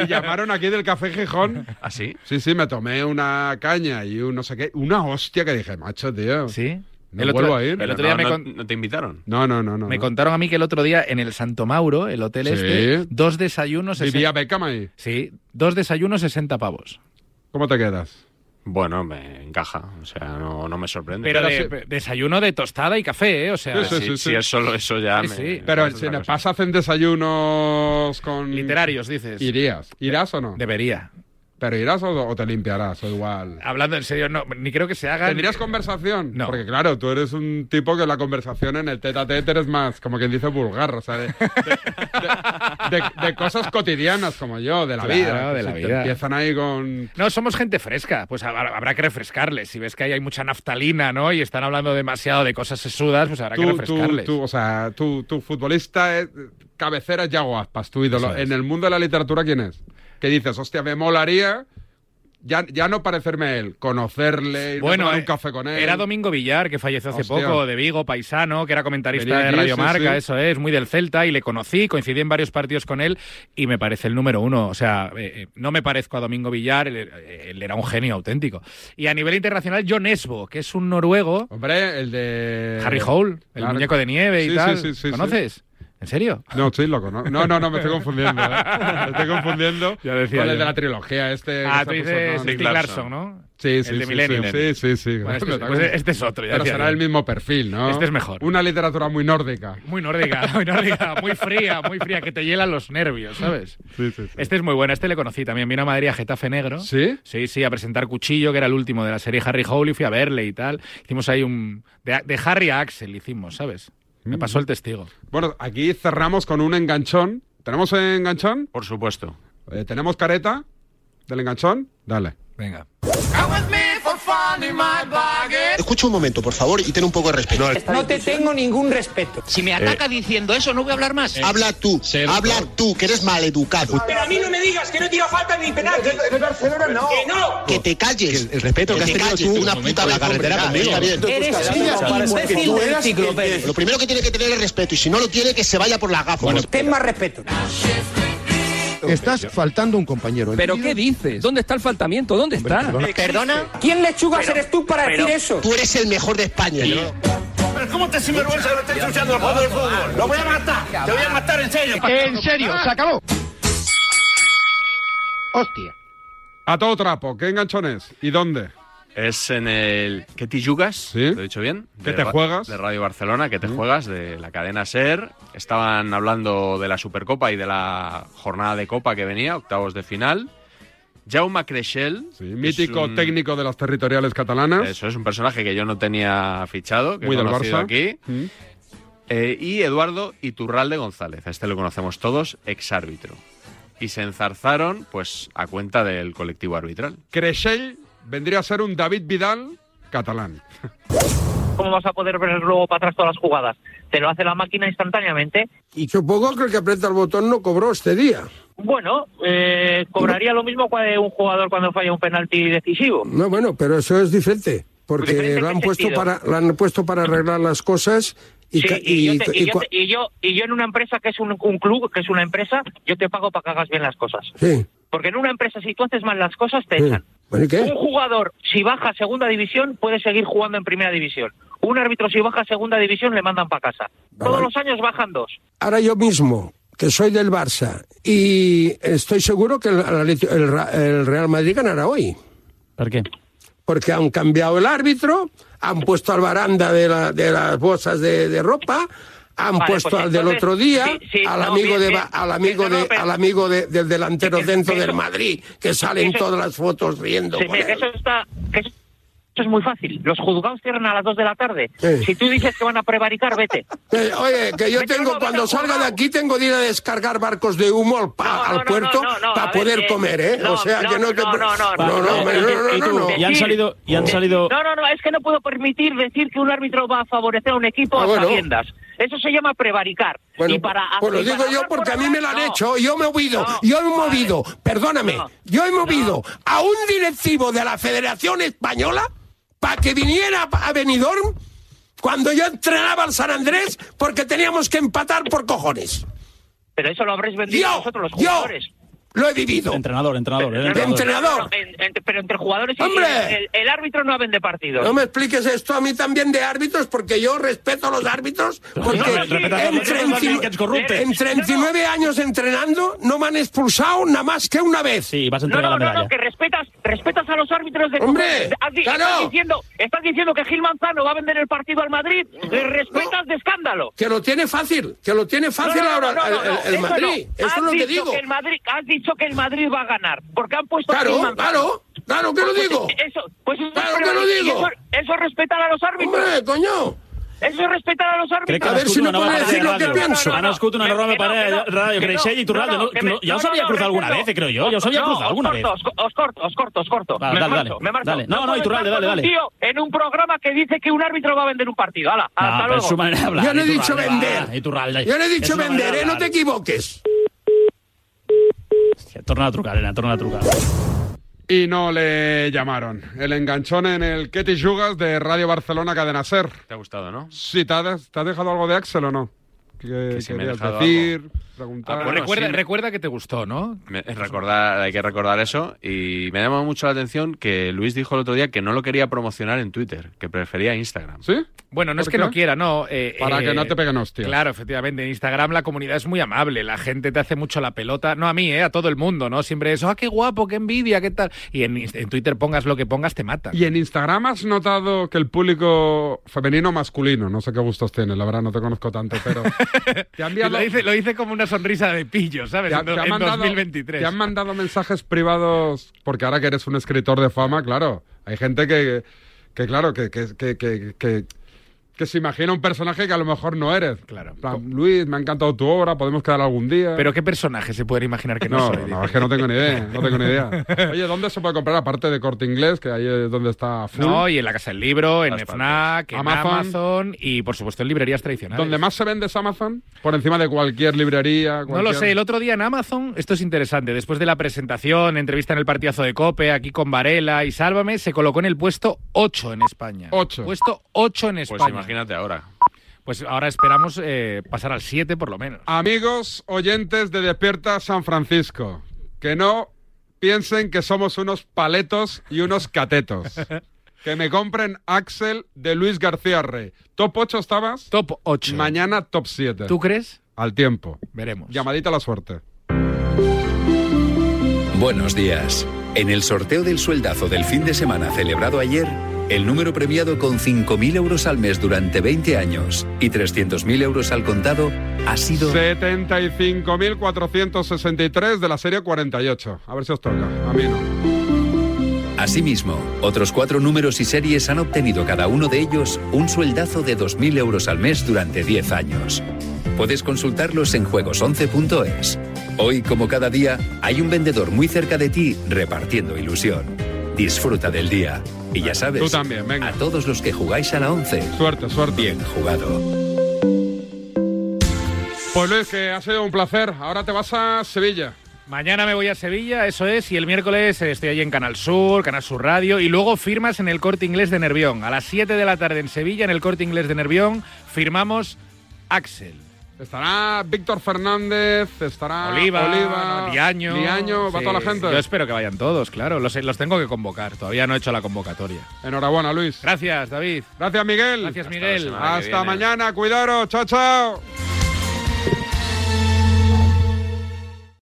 y llamaron aquí del café Gijón.
¿Ah, sí?
Sí, sí, me tomé una caña y un no sé qué. Una hostia que dije, macho, tío.
¿Sí?
No
El otro-
vuelvo a ir.
el otro día No, me no- con-
¿No te invitaron?
No, no, no, no.
Me contaron a mí que el otro día en el Santo Mauro, el hotel
Sí.
este, dos desayunos.
¿Vivía
sesen-
Beckham ahí?
Sí, dos desayunos, 60 pavos.
¿Cómo te quedas?
Bueno, me encaja. O sea, no, no me sorprende.
Pero, de- desayuno de tostada y café, ¿eh? O sea,
si, si es solo eso ya
Sí,
me-
sí.
Pero si en el PAS hacen desayunos con...
Literarios, dices.
Irías. ¿Irás o no?
Debería.
¿Pero irás o, o te limpiarás o igual?
Hablando en serio, no, ni creo que se hagan.
¿Tendrías conversación? No. Porque claro, tú eres un tipo que la conversación en el tete a tete eres más, como quien dice, vulgar, o sea, de, de- de- de cosas cotidianas como yo, de la
Claro,
vida.
de la
Te
vida.
empiezan ahí con...
No, somos gente fresca, pues habrá habrá que refrescarles. Si ves que ahí hay mucha naftalina, ¿no? Y están hablando demasiado de cosas sesudas, pues habrá que
Tú, tú,
refrescarles.
tú, o sea, tú, tú, futbolista, es- cabecera es Yago Aspas, tu ídolo.
Eso es.
En el mundo de la literatura, ¿quién es? Que dices, hostia, me molaría ya, ya no parecerme a él, conocerle, ir
Bueno,
a tomar
eh,
un café con él.
Era Domingo Villar, que falleció hace
Hostia.
poco, de Vigo, paisano, que era comentarista
Venía
de
aquí,
Radio
sí,
Marca,
sí.
eso es, muy del Celta, y le conocí, coincidí en varios partidos con él, y me parece el número uno. O sea, eh, eh, no me parezco a Domingo Villar, él, él era un genio auténtico. Y a nivel internacional, John Esbo, que es un noruego,
Hombre, el de...
Harry Hole, el
Claro.
muñeco de nieve y
Sí, sí,
tal.
sí, sí, sí.
¿Conoces? ¿En serio?
No, sí, lo conozco. No, no, no, me estoy confundiendo. ¿eh? Me estoy confundiendo
Ya decía
con el
yo.
de la trilogía. Este,
Ah,
que
tú
se puso-
dices
no,
Stieg
no.
Larsson, ¿no?
Sí, sí,
El de
sí,
Millennium.
Sí, sí, sí.
Bueno, este-
Me está
pues
confundiendo.
este es otro, ya
Pero
decía
será
yo.
el mismo perfil, ¿no?
Este es mejor.
Una literatura muy nórdica.
Muy nórdica, muy nórdica, muy fría, muy fría, que te hiela los nervios, ¿sabes?
Sí, sí, sí.
Este es muy bueno, este le conocí también. Vino a Madrid a Getafe Negro.
¿Sí?
Sí, sí, a presentar Cuchillo, que era el último de la serie Harry Hole, y fui a verle y tal. Hicimos ahí un. De, de Harry a Axel hicimos, ¿sabes? Me
Mm.
pasó el testigo.
Bueno, aquí cerramos con un enganchón. ¿Tenemos enganchón? Eh,
Por supuesto.
¿Tenemos careta del enganchón? Dale.
Venga.
Escucha un momento, por favor, y ten un poco de respeto.
No Eh, te tengo ningún respeto.
Si
me ataca
diciendo eso, no voy a hablar
Eh,
Eh.
más. Habla tú, habla tú, que eres maleducado.
Pero a mí no me digas que no tira falta ni penalti. Eh, Barcelona no. Que no.
Que te calles. El respeto
que has tenido tú
una
un
puta
momento, la
vez,
carretera
hombre,
conmigo.
está bien.
Eres
Tú estás
un
hablando para
imbécil
que tú
de
eres
enciclopedia.
el- Lo primero que tiene que tener es respeto, y si no lo tiene, que se vaya por la gafa.
ten más respeto.
Estás faltando un compañero.
¿Pero qué dices? ¿Dónde está el faltamiento? ¿Dónde está?
¿Perdona?
¿Quién lechuga
Pero-
eres tú para
pero
decir eso?
Tú eres el mejor de España. ¿no?
Pero ¿cómo te sinvergüenza lo estás ensuciando el juego del fútbol? Lo voy a matar. Te voy a matar en serio.
En serio, se acabó.
Hostia. A todo trapo, ¿qué enganchón es? ¿Y dónde?
Es en el ¿Qué te jugas? ¿Lo he dicho bien?
¿Qué
De
te
Ra-
juegas?
De Radio Barcelona, ¿Qué te juegas? De la cadena SER. Estaban hablando de la Supercopa y de la jornada de Copa que venía, octavos de final. Jaume Creixell.
Mítico
un-
técnico de las territoriales catalanas.
Eso es un personaje que yo no tenía fichado, que
Muy
he
del
conocido
Barça.
aquí.
Mm.
Eh, y Eduardo Iturralde González, a este lo conocemos todos, exárbitro. Y se enzarzaron, pues, a cuenta del colectivo arbitral.
Creixell vendría a ser un David Vidal catalán.
¿Cómo vas a poder ver luego para atrás todas las jugadas? Te lo hace la máquina instantáneamente.
Y supongo que el que aprieta el botón no cobró este día.
Bueno, eh, cobraría lo mismo cua- un jugador cuando falla un penalti decisivo.
No, bueno, pero eso es diferente. Porque
¿Diferente en
la
qué
han puesto
sentido?
para la han puesto para arreglar las cosas y,
Sí,
ca-
y,
y-
yo te- y
y
yo
cua-
te- y yo y yo en una empresa que es un, un club, que es una empresa, yo te pago para que hagas bien las cosas.
sí.
Porque en una empresa, si tú haces mal las cosas, te
Sí.
echan.
Bueno, ¿y qué?
Un jugador, si baja a segunda división, puede seguir jugando en primera división. Un árbitro, si baja a segunda división, le mandan para casa. Todos los años bajan dos.
Ahora yo mismo, que soy del Barça, y estoy seguro que el, Atleti- el Ra- el Real Madrid ganará hoy.
¿Por qué?
Porque han cambiado el árbitro, han puesto al baranda de, la- de las bolsas de, de ropa, han
Vale,
puesto
pues
al del
entonces,
otro día,
sí, sí,
al,
no,
amigo
bien,
de,
bien.
Ba- al amigo, de, al amigo de- del delantero dentro del Madrid, que salen
eso-
todas las fotos riendo
Sí,
con
que
él.
eso está, que eso Esto es muy fácil. Los juzgados cierran a las 2 de la tarde. Si tú dices que van a prevaricar, vete.
Eh, oye, que yo tengo, cuando salga de aquí, tengo de ir a descargar barcos de humo al, pa- al puerto para poder comer, ¿eh? o sea, que no te. pre- No, no, no, hombre, no, no, no, no.
Decir- de- No, no, no, es que no puedo permitir decir que un árbitro va a favorecer a un equipo
Ah,
a
bueno.
sabiendas. Eso se llama prevaricar.
Bueno,
y para,
bueno,
y
digo
para
yo
hablar
porque a mí me lo han
no.
hecho. Yo me he movido, yo he movido, perdóname, yo he movido a un directivo de la Federación Española para que viniera a Benidorm cuando yo entrenaba al San Andrés porque teníamos que empatar por cojones.
Pero eso lo habréis vendido
Yo,
vosotros los
yo.
jugadores.
Lo he vivido.
Entrenador, entrenador. eh,
era entrenador. Entrenador.
En- entre- pero entre jugadores y
¡Hombre!
el, el árbitro no vende partidos.
No me expliques esto a mí también de árbitros, porque yo respeto a los árbitros, porque
No, respeta
en,
a los árbitros también,
39
que es corrupto.
en 39 años entrenando no me han expulsado nada más que una vez. Sí, vas a
No, no, no, no, que respetas, respetas a los árbitros de
Hombre,
Has di-
claro.
estás, diciendo, estás diciendo que Gil Manzano va a vender el partido al Madrid. Le respetas de escándalo.
Que lo tiene fácil, que lo tiene fácil
No, no,
ahora
no, no,
el-
no, no,
el, el
eso no.
Madrid. Eso
Has
es lo que
dicho
digo.
el Madrid, has dicho que el Madrid va a ganar. Porque han puesto. a
Claro,
Gil Manzano.
claro, claro que lo
Pues
digo.
Eso, pues eso es
Claro que lo
prevaricar.
digo.
Y Eso, eso es respetar a los árbitros.
Hombre, coño.
Eso es respetar a los
Crec que
árbitros.
han escut una nova parada de ràdio. Han escut una nova parada de ràdio. Creixell i Torraldo. No,
que
no,
me-
ja us havia cruzat alguna vez, creo yo. Ja us havia
no,
cruzat
os
alguna vez.
corto, os co- Os corto, os corto, os corto.
Vale,
me
dale,
marcho,
dale.
me marcho.
Dale. No, no,
puedo
Iturralde,
estar
dale,
con un
dale.
tío en un programa que dice que un árbitro va a vender un partido. Hala, hasta
Ah, pero
luego.
es su manera de hablar.
Yo no he
Iturralde,
dicho
va,
vender.
Iturralde.
Yo no he
Es
dicho
una
vender,
manera de
eh, no
hablar.
te equivoques.
Torna a trucar, Elena, torna a trucar.
Y no le llamaron. El enganchón en el Ketty Yugas de Radio Barcelona Cadena Ser.
Te ha gustado, ¿no?
Sí, ¿te ha, te ha dejado algo de Axel o no? ¿Qué
si me he
querías
dejado
decir?
algo.
Preguntar.
Ah, bueno,
pues recuerda,
sí.
recuerda que te gustó, ¿no?
Me- es recordar, hay que recordar eso. Y me ha llamado mucho la atención que Luis dijo el otro día que no lo quería promocionar en Twitter, que prefería Instagram.
¿Sí?
Bueno, no es
¿Por
que
qué?
no quiera, no. eh,
Para
eh,
que no te peguen hostias.
Claro, efectivamente. En Instagram la comunidad es muy amable. La gente te hace mucho la pelota. No a mí, eh, a todo el mundo, ¿no? Siempre es, ah, qué guapo, qué envidia, qué tal. Y en, Inst- en Twitter pongas lo que pongas, te matan.
¿Y en Instagram has notado que el público femenino o masculino, no sé qué gustos tiene, la verdad no te conozco tanto, pero
Y lo, dice, lo dice como una sonrisa de pillo, ¿sabes?
te, ha-
en
te
do-
han
en
mandado,
2023.
te han mandado mensajes privados, porque ahora que eres un escritor de fama, claro, hay gente que, que claro, que, que, que, que, que- que se imagina un personaje que a lo mejor no eres. Claro. Luis, me ha encantado tu obra, podemos quedar algún día.
Pero ¿qué personaje se pueden imaginar que no,
No,
soy?
no,
Dice.
es que no tengo ni idea, no tengo ni idea. Oye, ¿dónde se puede comprar aparte de Corte Inglés, que ahí es donde está full?
No, y en la Casa del Libro, en
Todas
FNAC, en
Amazon.
Amazon. y, por supuesto, en librerías tradicionales.
¿Dónde más se vende es Amazon? Por encima de cualquier librería.
No lo
cualquier-
sé, el otro día en Amazon, esto es interesante, después de la presentación, entrevista en el partidazo de Cope, aquí con Varela y Sálvame, se colocó en el puesto 8 en España.
8.
Puesto 8 en
Pues
España. Pues,
imagínate ahora.
ahora esperamos eh, pasar al 7 por lo menos.
Amigos oyentes de Despierta San Francisco, que no piensen que somos unos paletos y unos catetos. Que me compren Axel de Luis García Rey. ¿Top 8 estabas?
Top 8.
Mañana top 7.
¿Tú crees?
Al tiempo.
Veremos.
Llamadita a la suerte.
Buenos días. En el sorteo del sueldazo del fin de semana celebrado ayer, el número premiado con 5.000 euros al mes durante 20 años y 300.000 euros al contado ha sido...
75.463 de la serie 48. A ver si os toca. A mí no.
Asimismo, otros cuatro números y series han obtenido cada uno de ellos un sueldazo de 2.000 euros al mes durante 10 años. Puedes consultarlos en juegos11.es. Hoy, como cada día, hay un vendedor muy cerca de ti repartiendo ilusión. Disfruta del día. Y ya sabes,
Tú también,
a todos los que jugáis a la 11.
Suerte, suerte.
Bien jugado.
Pues Luis, que ha sido un placer. Ahora te vas a Sevilla.
Mañana me voy a Sevilla, eso es, y el miércoles eh, estoy allí en Canal Sur, Canal Sur Radio, y luego firmas en el Corte Inglés de Nervión. A las 7 de la tarde en Sevilla, en el Corte Inglés de Nervión, firmamos Axel.
Estará Víctor Fernández, estará
Oliva,
Ah, Oliva
Liaño.
va
Sí,
toda la gente.
Yo espero que vayan todos, claro. Los, los tengo que convocar. Todavía no he hecho la convocatoria.
Enhorabuena, Luis.
Gracias, David.
Gracias, Miguel.
Gracias, Miguel.
Hasta mañana, cuidaros. Chao, chao.